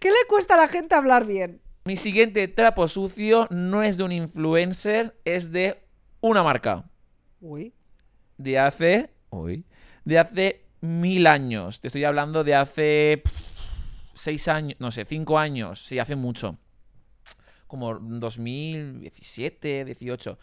¿Qué le cuesta a la gente hablar bien?
Mi siguiente trapo sucio no es de un influencer, es de una marca.
Uy,
De hace. Uy. De hace mil años. Te estoy hablando de hace. pff, Seis años. No sé, cinco años. Sí, hace mucho. Como 2017, 18.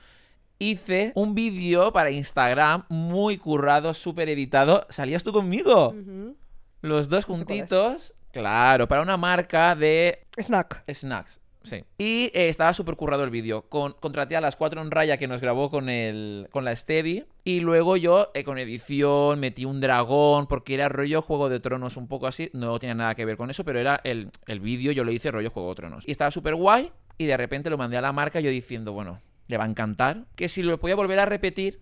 Hice un vídeo para Instagram muy currado, súper editado. ¿Salías tú conmigo?
ujú.
Los dos
Mm. No sé cuál es.
juntitos. Claro, para una marca de
snack.
Snacks, sí. Y eh, estaba súper currado el vídeo. Con, contraté a las cuatro en raya que nos grabó con, el, con la Steady. Y luego yo, eh, con edición, metí un dragón, porque era rollo Juego de Tronos un poco así. No tenía nada que ver con eso, pero era el, el vídeo, yo lo hice rollo Juego de Tronos. Y estaba súper guay. Y de repente lo mandé a la marca, yo diciendo, bueno, le va a encantar. Que si lo podía volver a repetir,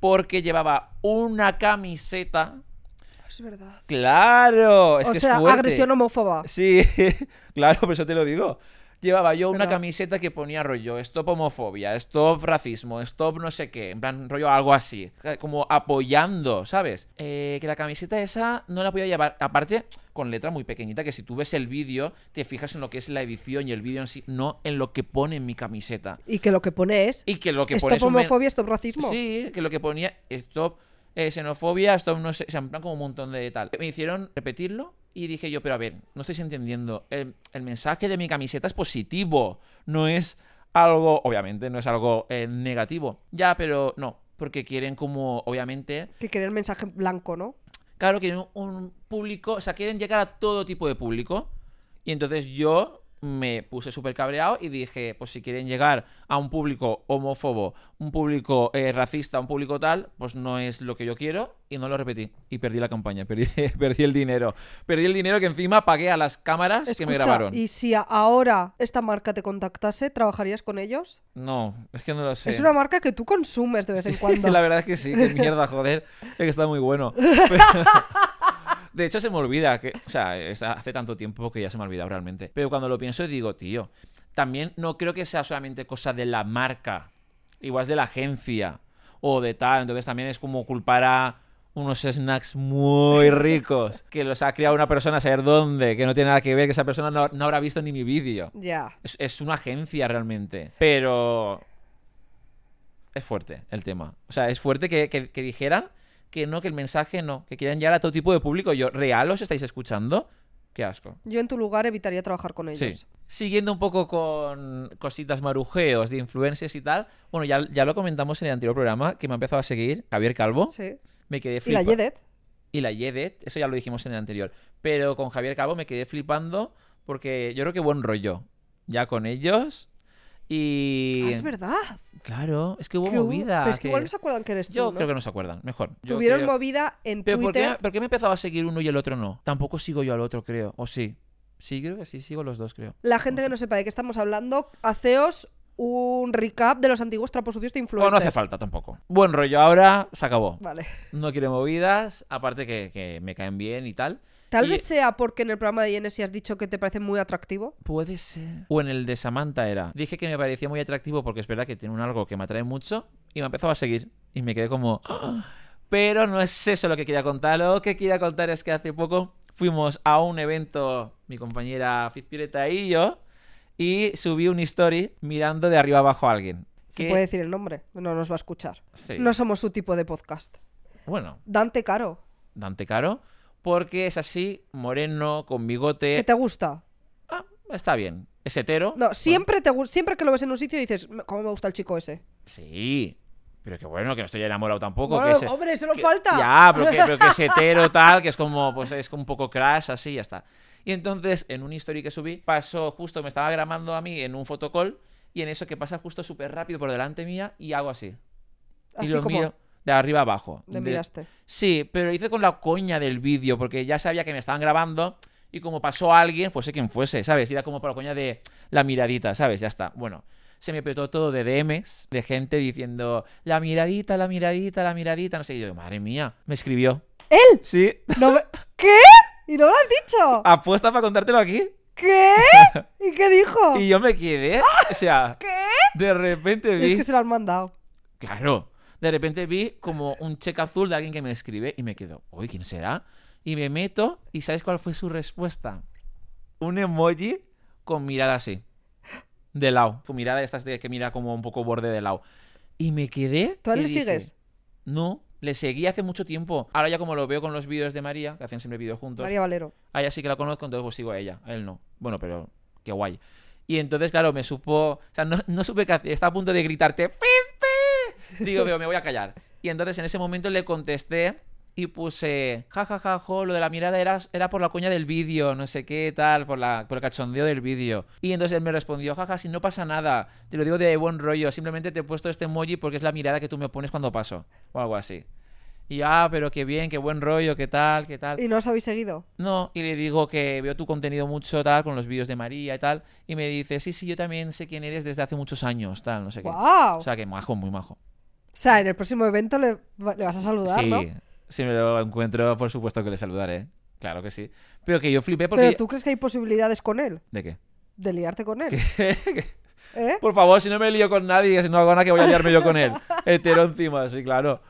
porque llevaba una camiseta.
Es verdad.
Claro, es
o
que es
sea,
fuerte.
agresión homófoba.
Sí, claro, por eso te lo digo. Llevaba yo una
Verdad.
camiseta que ponía rollo, stop homofobia, stop racismo, stop no sé qué, en plan rollo algo así, eh, como apoyando, ¿sabes? Eh, que la camiseta esa no la podía llevar, aparte con letra muy pequeñita, que si tú ves el vídeo te fijas en lo que es la edición y el vídeo en sí, no en lo que pone en mi camiseta.
Y que lo que pone es
Y que lo que pone
stop
es un men-
homofobia, stop racismo.
Sí, que lo que ponía stop eh, xenofobia, stop no sé, o sea, en plan como un montón de tal. Me hicieron repetirlo y dije yo, pero a ver, no estáis entendiendo. El, el mensaje de mi camiseta es positivo, no es algo, obviamente, no es algo eh, negativo. Ya, pero no, porque quieren como, obviamente,
Que quería el mensaje blanco, ¿no?
claro, quieren un público, o sea, quieren llegar a todo tipo de público. Y entonces yo me puse súper cabreado y dije, pues si quieren llegar a un público homófobo, un público eh, racista, un público tal, pues no es lo que yo quiero y no lo repetí. Y perdí la campaña, perdí, perdí el dinero. Perdí el dinero que encima pagué a las cámaras que me
Escucha,
grabaron.
Y si a- ahora esta marca te contactase, ¿trabajarías con ellos?
No, es que no lo sé.
Es una marca que tú consumes de vez en cuando.
La verdad es que sí, que mierda, joder. Es que está muy bueno. De hecho, se me olvida que. O sea, es hace tanto tiempo que ya se me ha olvidado realmente. Pero cuando lo pienso, digo, tío, también no creo que sea solamente cosa de la marca. Igual es de la agencia. O de tal. Entonces también es como culpar a unos snacks muy ricos. Que los ha creado una persona a saber dónde. Que no tiene nada que ver. Que esa persona no, no habrá visto ni mi vídeo.
Ya.
Es, es una agencia realmente. Pero. Es fuerte el tema. O sea, es fuerte que, que- que dijeran que no, que el mensaje no. Que quieran llegar a todo tipo de público. Yo, ¿real os estáis escuchando? Qué asco.
Yo en tu lugar evitaría trabajar con
Sí.
ellos.
Siguiendo un poco con cositas marujeos de influencers y tal. Bueno, ya, ya lo comentamos en el anterior programa que me ha empezado a seguir Javier Calvo.
Sí.
Me
Y
quedé
la
flipando
Yedet.
y la Yedet, eso ya lo dijimos en el anterior, pero con Javier Calvo me quedé flipando porque yo creo que buen rollo ya con ellos y
Ah, es verdad.
claro, es que hubo
Que hubo-
movida.
Pero es que,
que-
igual no se acuerdan que eres tú.
Yo
¿no?
creo que no se acuerdan, mejor. Yo
Tuvieron
creo-
movida en
Pero ¿por qué,
Twitter.
¿por qué me empezaba a seguir uno y el otro no? Tampoco sigo yo al otro, creo. O sí. Sí, creo que sí, sigo los dos, creo.
La gente que no sepa de qué estamos hablando, haceos un recap de los antiguos trapos sucios de influencers.
O no hace falta tampoco. Buen rollo, ahora se acabó.
Vale.
No quiero movidas, aparte que, que me caen bien y tal.
Tal
Y-
vez sea porque en el programa de Genesi has dicho que te parece muy atractivo.
Puede ser. O en el de Samantha era. Dije que me parecía muy atractivo porque es verdad que tiene un algo que me atrae mucho y me empezó a seguir. Y me quedé como... "Ah". Pero no es eso lo que quería contar. Lo que quería contar es que hace poco fuimos a un evento, mi compañera Fizpireta y yo, y subí un story mirando de arriba abajo a alguien.
Se
Que-
puede decir el nombre, no nos va a escuchar.
Sí.
No somos su tipo de podcast.
Bueno,
Dante Caro,
Dante Caro, porque es así, moreno, con bigote.
¿qué te gusta?
Ah, está bien. Es hetero.
No, siempre, te, gu- siempre que lo ves en un sitio dices, "Me- ¿cómo me gusta el chico ese?
Sí. Pero que bueno, que no estoy enamorado tampoco.
Bueno,
que se-
hombre, solo
que-
falta.
Ya, pero que, pero que es hetero, tal, que es como, pues es un poco crash, así, ya está. Y entonces, en un story que subí, pasó justo, me estaba grabando a mí en un fotocall, y en eso que pasa justo súper rápido por delante mía, y hago así.
Así
y lo
como
miro de arriba abajo.
le
De-
miraste.
Sí, pero lo hice con la coña del vídeo, porque ya sabía que me estaban grabando y como pasó alguien, fuese quien fuese, ¿sabes? Y era como por la coña de la miradita, ¿sabes? Ya está. Bueno, se me petó todo de DMs, de gente diciendo, la miradita, la miradita, la miradita, no sé. Y yo, madre mía, me escribió.
¿Él?
Sí,
No me- ¿Qué? ¿Y no lo has dicho?
apuesta para contártelo aquí.
¿Qué? ¿Y qué dijo?
Y yo me quedé, o sea,
¿Qué?
de repente vi...
Es que se lo han mandado.
Claro. De repente vi como un cheque azul de alguien que me escribe y me quedo, uy, ¿quién será? Y me meto y ¿sabes cuál fue su respuesta? Un emoji con mirada así. De lado. Con mirada de estas de que mira como un poco borde de lado. Y me quedé.
¿Tú a él
y
le
dije,
sigues?
No, le seguí hace mucho tiempo. Ahora ya como lo veo con los vídeos de María, que hacen siempre vídeos juntos.
María Valero.
A ella Ah, sí que la conozco, entonces pues sigo a ella. A él no. Bueno, pero qué guay. Y entonces, claro, me supo. O sea, no, no supe qué hacer. Estaba a punto de gritarte. "Fizpi". Digo, pero me voy a callar. Y entonces en ese momento le contesté y puse. Ja, ja, ja, jo, lo de la mirada era, era por la coña del vídeo, no sé qué, tal, por, la, por el cachondeo del vídeo. Y entonces él me respondió, jaja, si no pasa nada. Te lo digo de buen rollo. Simplemente te he puesto este emoji porque es la mirada que tú me pones cuando paso. O algo así. Y ah, pero qué bien, qué buen rollo, qué tal, qué tal.
¿Y no os habéis seguido?
No, y le digo que veo tu contenido mucho, tal, con los vídeos de María y tal. Y me dice, sí, sí, yo también sé quién eres desde hace muchos años, tal, no sé qué.
¡Wow!
O sea, que majo, muy majo.
O sea, en el próximo evento le, le vas a saludar,
sí,
¿no?
si me lo encuentro, por supuesto que le saludaré. Claro que sí. Pero que yo flipé porque...
Pero
yo-
tú crees que hay posibilidades con él,
¿De qué?
de liarte con él. ¿Eh?
Por favor, si no me lío con nadie, si no hago nada que voy a liarme yo con él. Hetero encima, sí, claro.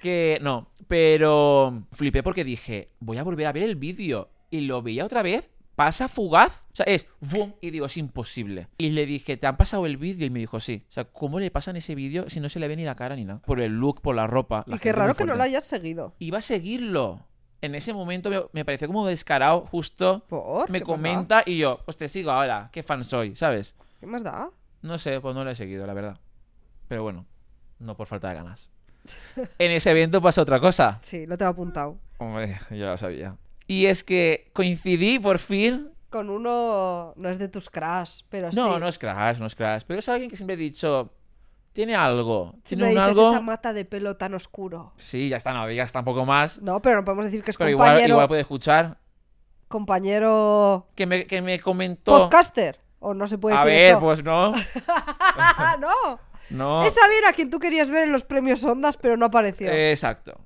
Que no, pero flipé porque dije, voy a volver a ver el vídeo. Y lo veía otra vez, pasa fugaz. O sea, es boom, y digo, es imposible. Y le dije, ¿te han pasado el vídeo? Y me dijo, sí. O sea, ¿cómo le pasan ese vídeo si no se le ve ni la cara ni nada? Por el look, por la ropa. la
y qué
gente muy
raro que no
fuerte.
lo hayas seguido.
Iba a seguirlo. En ese momento me, me pareció como descarado, justo.
¿Por?
Me
¿Qué más da?
comenta y yo, pues te sigo ahora, qué fan soy, ¿sabes?
¿Qué más da?
No sé, pues no lo he seguido, la verdad. Pero bueno, no por falta de ganas. En ese evento pasó otra cosa.
Sí, lo tengo apuntado.
Hombre, ya lo sabía. Y es que coincidí por fin.
Con uno no es de tus crash, pero Pues sí.
No, no es Crash, no es Crash. Pero es alguien que siempre he dicho, tiene algo. Tiene
Siempre
un
dices esa
algo.
mata de pelo tan oscuro.
Sí, ya está, no digas tampoco más.
No, pero no podemos decir que es
Pero igual,
compañero.
igual pues, puede escuchar.
Compañero
Que me, que me comentó.
podcaster. O no se puede
A
decir
ver,
eso.
pues no.
¡Ah, no!
No.
Es alguien a quien tú querías ver en los premios Ondas, pero no apareció.
Eh. Exacto.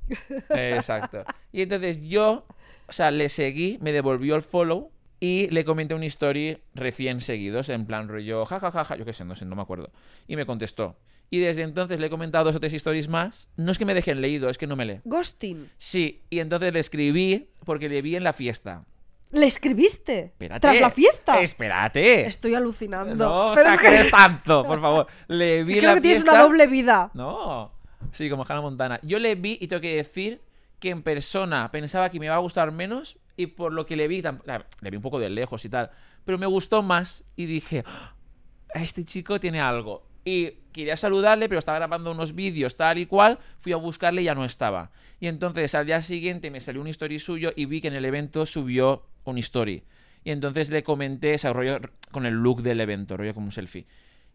Exacto. Y entonces yo, o sea, le seguí, me devolvió el follow y le comenté una story recién seguidos, en plan rollo, jajajaja, yo qué sé, no sé, no me acuerdo. Y me contestó. Y desde entonces le he comentado dos o tres stories más. No es que me dejen leído, es que no me lee.
Ghosting.
Sí, y entonces le escribí porque le vi en la fiesta.
¿Le escribiste?
Espérate.
¿Tras la fiesta?
Espérate.
Estoy alucinando.
No
pero es que-
saques tanto, por favor. Le vi en
creo
la
que tienes una
fiesta.
doble vida.
No. Sí, como Hannah Montana. Yo le vi y tengo que decir que en persona pensaba que me iba a gustar menos y por lo que le vi, tam- la- le vi un poco de lejos y tal, pero me gustó más y dije, "Ah, este chico tiene algo. Y quería saludarle, pero estaba grabando unos vídeos tal y cual, fui a buscarle y ya no estaba. Y entonces al día siguiente me salió un story suyo y vi que en el evento subió un story. Y entonces le comenté ese rollo r- con el look del evento, rollo como un selfie.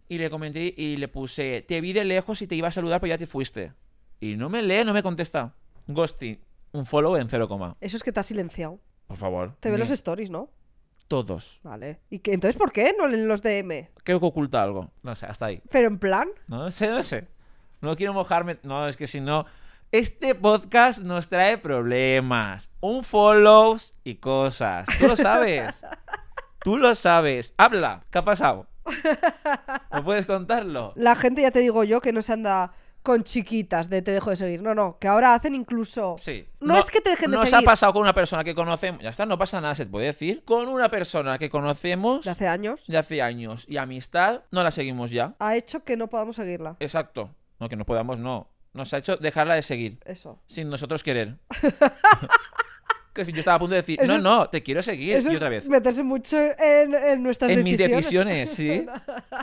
Y le comenté y le puse, te vi de lejos y te iba a saludar, pero ya te fuiste. Y no me lee, no me contesta. Ghosting, un follow en cero coma.
Eso es que te has silenciado.
Por favor.
Te ve
Ni-
los stories, ¿no?
Todos.
Vale. ¿Y qué? entonces por qué no en los DM?
Creo que oculta algo. No sé, hasta ahí.
Pero en plan,
No sé, no sé. No quiero mojarme. No, es que si no... Este podcast nos trae problemas, un follows y cosas. Tú lo sabes. Tú lo sabes. Habla. ¿Qué ha pasado? ¿No puedes contarlo?
La gente, ya te digo yo, que no se anda con chiquitas de te dejo de seguir. No, no, que ahora hacen incluso.
Sí.
No, es que te dejen de
nos
seguir.
ha pasado con una persona que conocemos. Ya está, no pasa nada, se puede decir. Con una persona que conocemos
De hace años.
de hace años y amistad, no la seguimos ya.
Ha hecho que no podamos seguirla.
Exacto. No, que no podamos, no. Nos ha hecho dejarla de seguir.
Eso.
sin nosotros querer. Que yo estaba a punto de decir,
Eso
no,
es-
no, te quiero seguir.
Eso
y
es
otra vez.
meterse mucho en, en nuestras
En mis
decisiones.
decisiones, sí.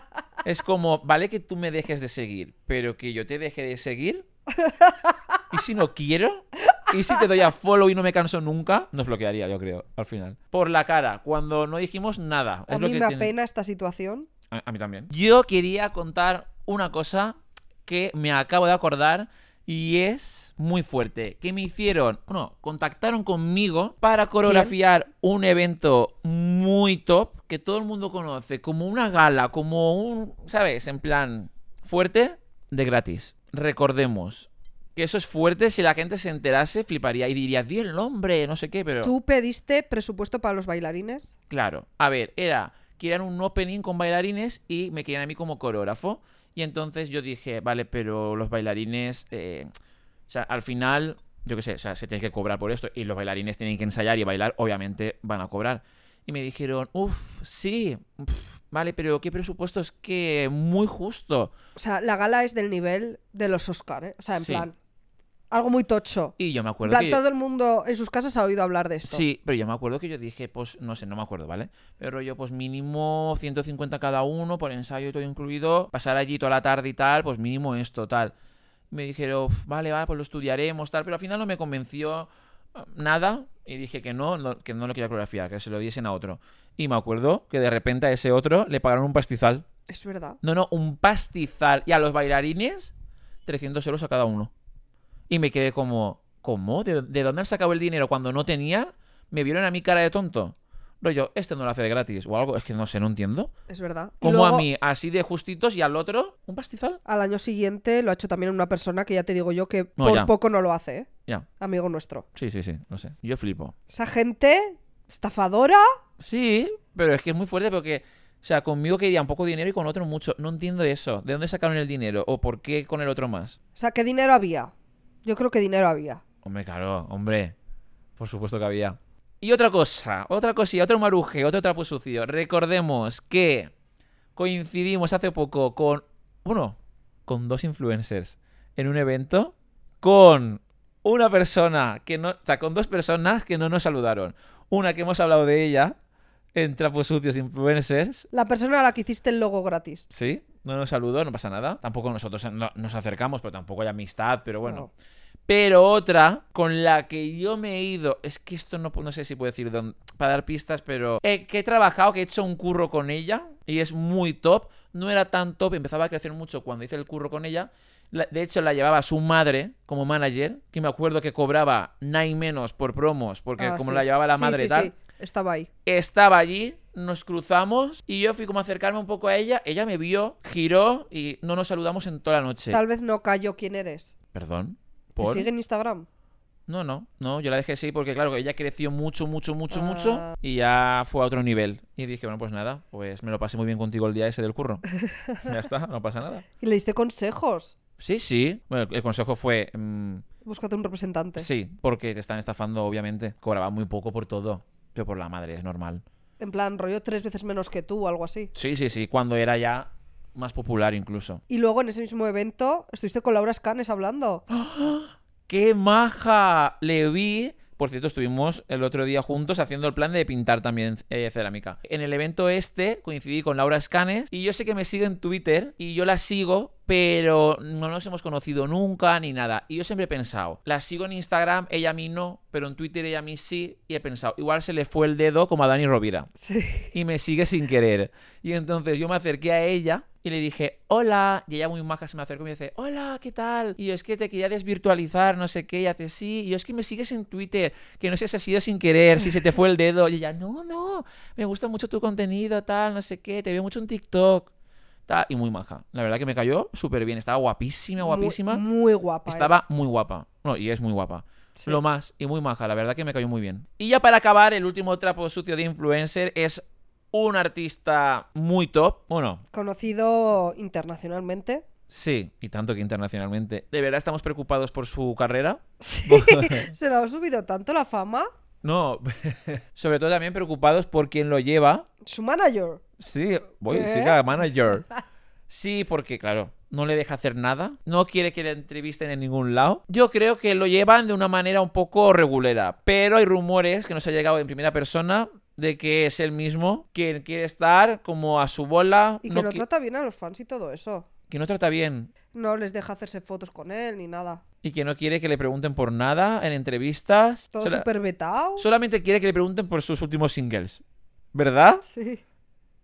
Es como, vale que tú me dejes de seguir, pero que yo te deje de seguir. ¿Y si no quiero? ¿Y si te doy a follow y no me canso nunca? Nos bloquearía, yo creo, al final. Por la cara, cuando no dijimos nada.
A
es lo
mí
que
me
tiene-
apena esta situación.
A, a mí también. Yo quería contar una cosa que me acabo de acordar y es muy fuerte. Que me hicieron, no, contactaron conmigo para coreografiar un evento muy top que todo el mundo conoce, como una gala, como un, ¿sabes? En plan, fuerte de gratis. Recordemos que eso es fuerte, si la gente se enterase, fliparía y diría, di el nombre, no sé qué, pero...
¿Tú pediste presupuesto para los bailarines?
Claro. A ver, era que eran un opening con bailarines y me querían a mí como coreógrafo. Y entonces yo dije, vale, pero los bailarines, eh, o sea, al final, yo qué sé, o sea, se tiene que cobrar por esto. Y los bailarines tienen que ensayar y bailar, obviamente van a cobrar. Y me dijeron, uff, sí, pf, vale, pero qué presupuesto, es que muy justo.
O sea, la gala es del nivel de los Oscar, ¿eh? O sea, en
Sí.
plan. Algo muy tocho.
Y yo me acuerdo
En plan,
que...
todo el mundo en sus casas ha oído hablar de esto.
Sí, pero yo me acuerdo que yo dije, pues, no sé, no me acuerdo, ¿vale? Pero yo, pues, mínimo 150 cada uno, por ensayo y todo incluido, pasar allí toda la tarde y tal, pues mínimo esto, tal. Me dijeron, "Uf, vale, vale, pues lo estudiaremos, tal, pero al final no me convenció eh, nada y dije que no, no- que no lo quería coreografiar, que se lo diesen a otro. Y me acuerdo que de repente a ese otro le pagaron un pastizal.
Es verdad.
No, no, un pastizal. Y a los bailarines, 300 euros a cada uno. Y me quedé como, ¿cómo? ¿De, de dónde han sacado el dinero cuando no tenía? Me vieron a mi cara de tonto. Rollo, este no lo hace de gratis o algo. Es que no sé, no entiendo.
Es verdad. Y
Como a
luego,
mí, así de justitos y al otro, un pastizal.
Al año siguiente lo ha hecho también una persona que ya te digo yo que
No,
por
ya.
poco no lo hace, ¿eh?
Ya,
amigo nuestro.
sí, sí, sí, no sé. Yo flipo.
Esa gente estafadora.
Sí, pero es que es muy fuerte porque, o sea, conmigo querían poco dinero y con otro mucho. No entiendo eso. ¿De dónde sacaron el dinero? ¿O por qué con el otro más?
O sea, ¿qué dinero había? Yo creo que dinero había.
Hombre, claro, hombre. Por supuesto que había. Y otra cosa, otra cosilla, otro maruje, otro trapo sucio. Recordemos que coincidimos hace poco con. Bueno, con dos influencers en un evento con una persona que no. O sea, con dos personas que no nos saludaron. Una que hemos hablado de ella en Trapos Sucios Influencers.
La persona a la que hiciste el logo gratis.
Sí, no nos saludó, no pasa nada. Tampoco nosotros eh, no- nos acercamos, pero tampoco hay amistad, pero
No.
bueno. Pero otra con la que yo me he ido. Es que esto no, no sé si puedo decir dónde, para dar pistas, pero. eh, que he trabajado, que he hecho un curro con ella. Y es muy top. No era tan top, empezaba a crecer mucho cuando hice el curro con ella. La- de hecho, la llevaba su madre como manager. Que me acuerdo que cobraba nine menos por promos. Porque
Ah,
como
sí.
la llevaba la
Sí,
madre
sí,
y tal
sí, estaba ahí.
estaba allí, nos cruzamos y yo fui como a acercarme un poco a ella, ella me vio, giró y no nos saludamos en toda la noche.
Tal vez no cayó quién eres.
Perdón.
¿Te
¿Por?
sigue en Instagram?
No, no, no, yo la dejé así porque claro, ella creció mucho, mucho, mucho,
Ah.
mucho y ya fue a otro nivel. Y dije, bueno, pues nada, pues me lo pasé muy bien contigo el día ese del curro. ya está, no pasa nada.
Y le diste consejos.
Sí, sí. Bueno, el consejo fue... mm,
Búscate un representante.
sí, porque te están estafando, obviamente. Cobraba muy poco por todo, pero por la madre, es normal.
En plan, rollo tres veces menos que tú o algo así.
Sí, sí, sí, cuando era ya más popular incluso.
Y luego en ese mismo evento estuviste con Laura Scanes hablando.
Ah. ¡Qué maja! Le vi. Por cierto, estuvimos el otro día juntos haciendo el plan de pintar también eh, cerámica. En el evento este coincidí con Laura Escanes y yo sé que me sigue en Twitter y yo la sigo, pero no nos hemos conocido nunca ni nada. Y yo siempre he pensado, la sigo en Instagram, ella a mí no, pero en Twitter ella a mí sí. Y he pensado, igual se le fue el dedo como a Dani Rovira
Sí.
y me sigue sin querer. Y entonces yo me acerqué a ella y le dije, hola. Y ella muy maja se me acercó y me dice, hola, ¿qué tal? Y yo es que te quería desvirtualizar, no sé qué. Y hace, sí. Y yo es que me sigues en Twitter, que no sé si ha sido sin querer, si se te fue el dedo. Y ella, no, no, me gusta mucho tu contenido, tal, no sé qué. Te veo mucho en TikTok. tal". Y muy maja. La verdad que me cayó súper bien. Estaba guapísima, guapísima.
Muy, muy guapa.
Estaba
es.
muy guapa. No, y es muy guapa.
Sí.
Lo más, y muy maja, la verdad que me cayó muy bien. Y ya para acabar, el último trapo sucio de influencer es un artista muy top. Bueno,
Conocido internacionalmente.
sí, y tanto que internacionalmente. ¿De verdad estamos preocupados por su carrera?
Se le ha subido tanto la fama.
No, sobre todo también preocupados por quien lo lleva.
Su manager.
Sí, voy,
¿Qué?
chica, manager. Sí, porque, claro, no le deja hacer nada. No quiere que le entrevisten en ningún lado. Yo creo que lo llevan de una manera un poco regulera. Pero hay rumores que nos ha llegado en primera persona de que es él mismo quien quiere estar como a su bola.
Y que
no
lo
qui-
trata bien a los fans y todo eso.
que no trata bien.
No les deja hacerse fotos con él ni nada.
Y que no quiere que le pregunten por nada en entrevistas.
Todo
Sola-
súper vetado.
Solamente quiere que le pregunten por sus últimos singles. ¿Verdad?
Sí.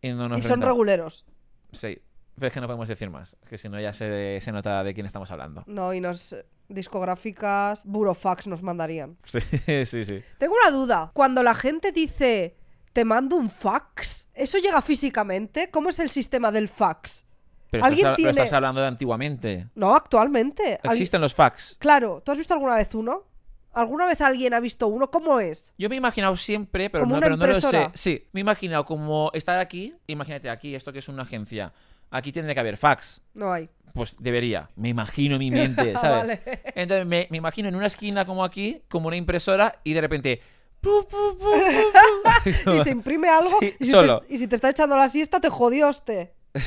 Y, no nos
Y son
renta.
reguleros.
Sí, pero es que no podemos decir más, que si no ya se, se nota de quién estamos hablando.
No, y nos eh, discográficas, burofax nos mandarían.
Sí, sí, sí.
Tengo una duda. Cuando la gente dice te mando un fax, ¿eso llega físicamente? ¿Cómo es el sistema del fax?
Pero estás,
¿Alguien
hab- pero
tiene-
estás hablando de antiguamente.
No, actualmente. Al-
Existen los fax.
Claro, ¿tú has visto alguna vez uno? ¿Alguna vez alguien ha visto uno? ¿Cómo es?
Yo me he imaginado siempre, pero,
Como
no,
una
pero no lo sé.
impresora.
Sí, me he imaginado como estar aquí, imagínate aquí, esto que es una agencia. Aquí tiene que haber fax.
No hay. Ah,
Pues debería. Me imagino en mi mente, ¿sabes?
Vale.
Entonces me, me imagino en una esquina como aquí, como una impresora, y de repente. pu, pu, pu,
Y se imprime algo
Sí,
y, si
solo.
Te, y si te está echando la siesta, te jodioste.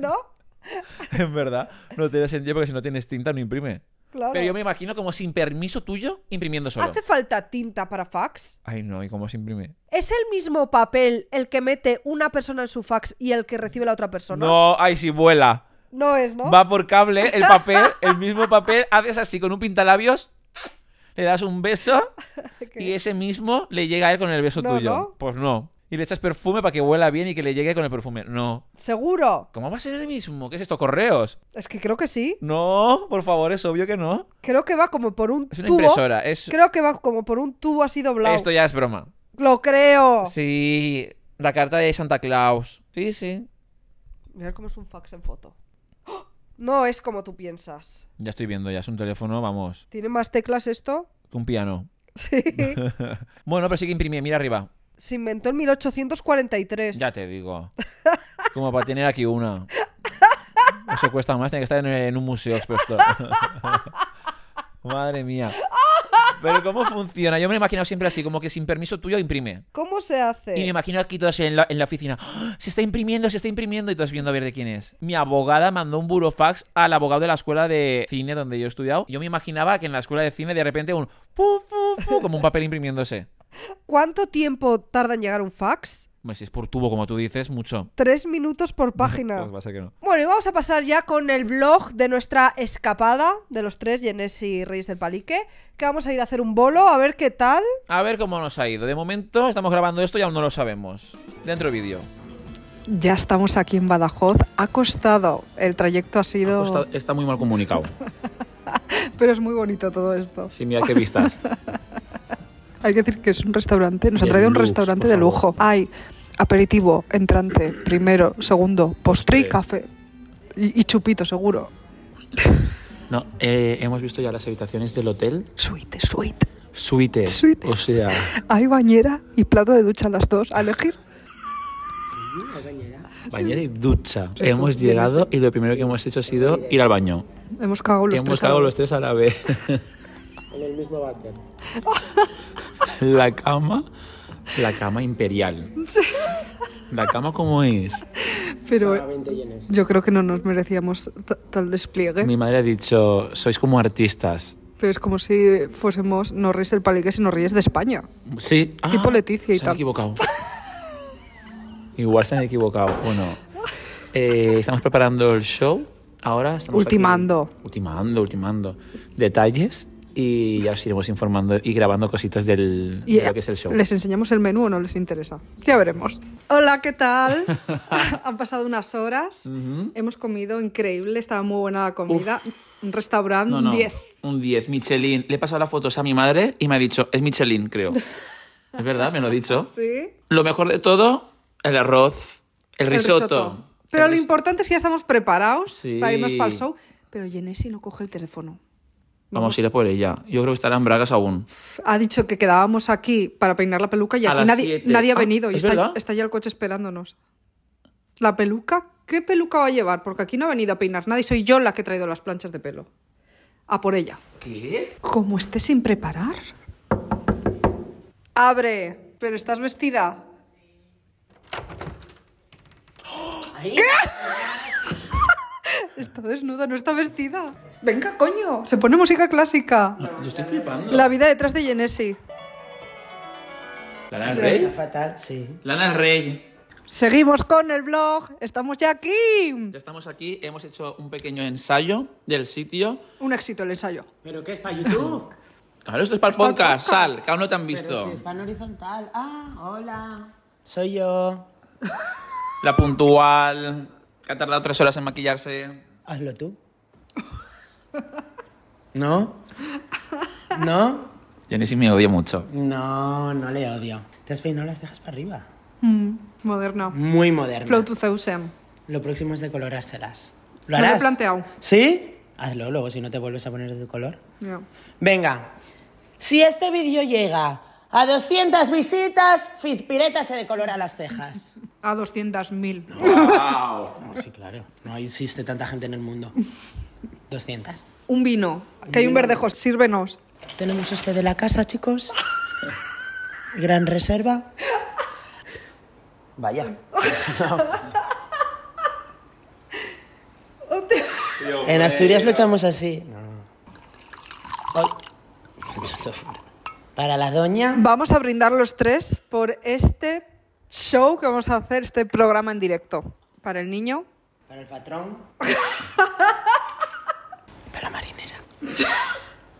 ¿No?
En verdad, no tiene sentido porque si no tienes tinta no imprime.
Claro.
Pero yo me imagino como sin permiso tuyo imprimiendo solo.
¿Hace falta tinta para fax?
Ay, no, ¿y cómo se imprime?
¿Es el mismo papel el que mete una persona en su fax y el que recibe la otra persona?
No, ay, si vuela.
No es, ¿no?
Va por cable, el papel, el mismo papel, haces así con un pintalabios, le das un beso
Ok.
y ese mismo le llega a él con el beso
No,
tuyo.
¿no?
Pues no. Y le echas perfume para que huela bien y que le llegue con el perfume. No.
Seguro.
¿Cómo va a ser el mismo? ¿Qué es esto? ¿Correos?
Es que creo que sí.
No, por favor, es obvio que no.
Creo que va como por un
Es una
tubo.
impresora. Es...
Creo que va como por un tubo así doblado.
Esto ya es broma.
Lo creo.
Sí, la carta de Santa Claus. Sí, sí.
Mirad cómo es un fax en foto. ¡Oh! No es como tú piensas.
Ya estoy viendo, ya es un teléfono, vamos,
¿Tiene más teclas esto?
que un piano.
Sí.
Bueno, pero sí que imprimí, mira arriba.
Se inventó en 1843.
Ya te digo. Como para tener aquí una. Eso cuesta más, tiene que estar en, en un museo expuesto. Madre mía. Pero ¿cómo funciona? Yo me lo he imaginado siempre así, como que sin permiso tuyo imprime.
¿Cómo se hace?
Y me imagino aquí todos en la, en la oficina. ¡Ah! Se está imprimiendo, se está imprimiendo y todos viendo a ver de quién es. Mi abogada mandó un burofax al abogado de la escuela de cine donde yo he estudiado. Yo me imaginaba que en la escuela de cine de repente un... pu, pu, pu, como un papel imprimiéndose.
¿Cuánto tiempo tarda en llegar un fax?
Hombre, Si es por tubo, como tú dices, mucho.
Tres minutos por página.
Pues va a ser que no.
Bueno, y vamos a pasar ya con el blog de nuestra escapada de los tres, Yenés y Reyes del Palique, que vamos a ir a hacer un bolo, a ver qué tal.
A ver cómo nos ha ido. De momento estamos grabando esto y aún no lo sabemos. Dentro vídeo.
Ya estamos aquí en Badajoz, ha costado, el trayecto ha sido...
Está, está muy mal comunicado.
Pero es muy bonito todo esto.
Sí, mira qué vistas.
Hay que decir que es un restaurante, nos ha
De
traído un
lujo,
restaurante
por
de
favor.
lujo. Hay aperitivo, entrante, primero, segundo, postre y
Postre.
café. Y, y chupito, seguro.
No, eh, hemos visto ya las habitaciones del hotel.
Suite, suite.
Suite.
Suite.
O sea,
Hay bañera y plato de ducha a las dos. A elegir.
bañera y ducha. Hemos llegado y lo primero que hemos hecho ha sido ir al baño.
Hemos cagado los
hemos
tres.
cagado
ahora.
los tres a la vez. En el mismo váter. La cama, la cama imperial. La cama como es.
Pero yo creo que no nos merecíamos ta- tal despliegue.
Mi madre ha dicho, sois como artistas.
Pero es como si fuésemos no reyes del palique, sino reyes de España.
Sí. Ah,
Tipo Leticia y
se
tal.
han equivocado. Igual se han equivocado. Bueno, eh, estamos preparando el show. Ahora estamos aquí-
Ultimando.
ultimando, ultimando. Detalles y ya os iremos informando y grabando cositas del,
Y
de lo que es el show.
les enseñamos el menú o no les interesa. Ya veremos. Hola, ¿qué tal? Han pasado unas horas. Hemos comido increíble. Estaba muy buena la comida. Un restaurante
No, no,
10.
Un 10, Michelin. Le he pasado las fotos a mi madre y me ha dicho, es Michelin, creo. es verdad, me lo ha dicho.
Sí.
Lo mejor de todo, el arroz, el,
El
risotto.
Pero
El
lo
ris-
importante es que ya estamos preparados
Sí.
para irnos para el show. Pero Genesi no coge el teléfono.
Vamos a ir a por ella. Yo creo que estará en bragas aún.
Ha dicho que quedábamos aquí para peinar la peluca y
A
aquí
las
nadie,
siete.
nadie ha
Ah,
venido y
¿es
está,
verdad?
está ya el coche esperándonos. ¿La peluca? ¿Qué peluca va a llevar? Porque aquí no ha venido a peinar nadie, soy yo la que he traído las planchas de pelo. A por ella.
¿Qué?
¿Cómo esté sin preparar? Abre, pero estás vestida. ¿Qué? Está desnuda, no está vestida. Venga, coño. Se pone música clásica.
Yo estoy flipando.
La vida detrás de Genesi.
¿Lana del
Sí, está
Rey?
fatal, sí.
Lana del Rey.
Seguimos con el blog. Estamos ya aquí.
Ya estamos aquí, hemos hecho un pequeño ensayo del sitio.
Un éxito el ensayo.
¿Pero qué es para YouTube?
Ahora esto es para el podcast, sal, que aún no te han
Pero
visto.
si está en horizontal. Ah, hola. Soy yo.
La puntual, que ha tardado tres horas en maquillarse.
Hazlo tú. ¿No? ¿No?
Jenny me odia mucho.
No, no le odio. Te has peinado las cejas para arriba.
Mm, moderna.
Muy moderno.
Flow to Zeusem.
Lo próximo es decolorárselas. ¿Lo
Me lo he
harás?
planteado.
¿Sí? Hazlo luego, si no te vuelves a poner de tu color.
Ya.
Venga, si este vídeo llega a 200 visitas, Fizpireta se decolora las cejas.
A 200.000.
No, sí, claro. No existe tanta gente en el mundo. 200.
Un vino. Que hay un verdejo. Sírvenos.
Tenemos este de la casa, chicos. Gran reserva. Vaya. en Asturias lo echamos así. Ay. Para la doña.
Vamos a brindar los tres por este show que vamos a hacer, este programa en directo. Para el niño.
Para el patrón. Para la marinera.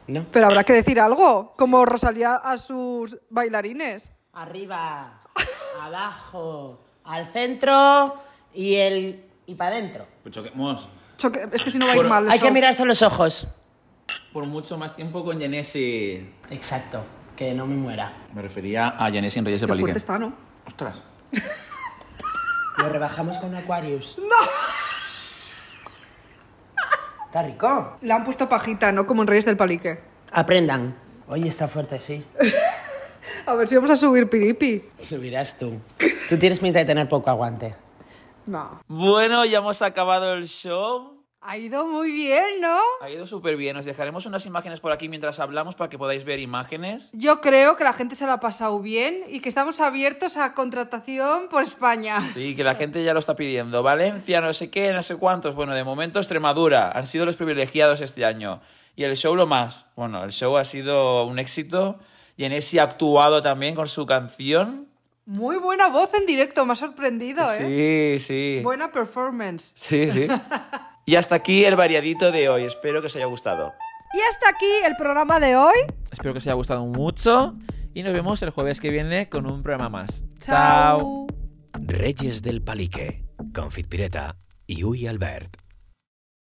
¿No?
Pero habrá que decir algo. Como Rosalía a sus bailarines.
Arriba, abajo, al centro y el y para adentro.
Pues choquemos
Choque- Es que si no va a ir mal. el
Hay que
show.
mirarse los ojos.
por mucho más tiempo con Genesi.
Exacto, que no me muera.
Me refería a Genesi en Reyes de
Qué fuerte
Palique.
está, ¿no?
Ostras.
Lo rebajamos con Aquarius. ¡No! Está rico.
Le han puesto pajita, ¿no? Como en Reyes del Palique.
Aprendan. Oye, está fuerte, sí.
A ver si vamos a subir piripi.
Subirás tú. Tú tienes pinta de tener poco aguante.
No.
Bueno, ya hemos acabado el show.
Ha ido muy bien, ¿no?
Ha ido súper bien. Os dejaremos unas imágenes por aquí mientras hablamos para que podáis ver imágenes.
Yo creo que la gente se lo ha pasado bien y que estamos abiertos a contratación por España.
Sí, que la gente ya lo está pidiendo. Valencia, no sé qué, no sé cuántos. Bueno, de momento Extremadura. Han sido los privilegiados este año. Y el show lo más. Bueno, el show ha sido un éxito. Genesi ha actuado también con su canción.
Muy buena voz en directo, me ha sorprendido, ¿eh?
Sí, sí.
Buena performance.
Sí, sí. y hasta aquí el variadito de hoy. Espero que os haya gustado.
Y hasta aquí el programa de hoy.
Espero que os haya gustado mucho y nos vemos el jueves que viene con un programa más.
Chao.
Reyes del Palique, Confit Pireta y Uy Albert.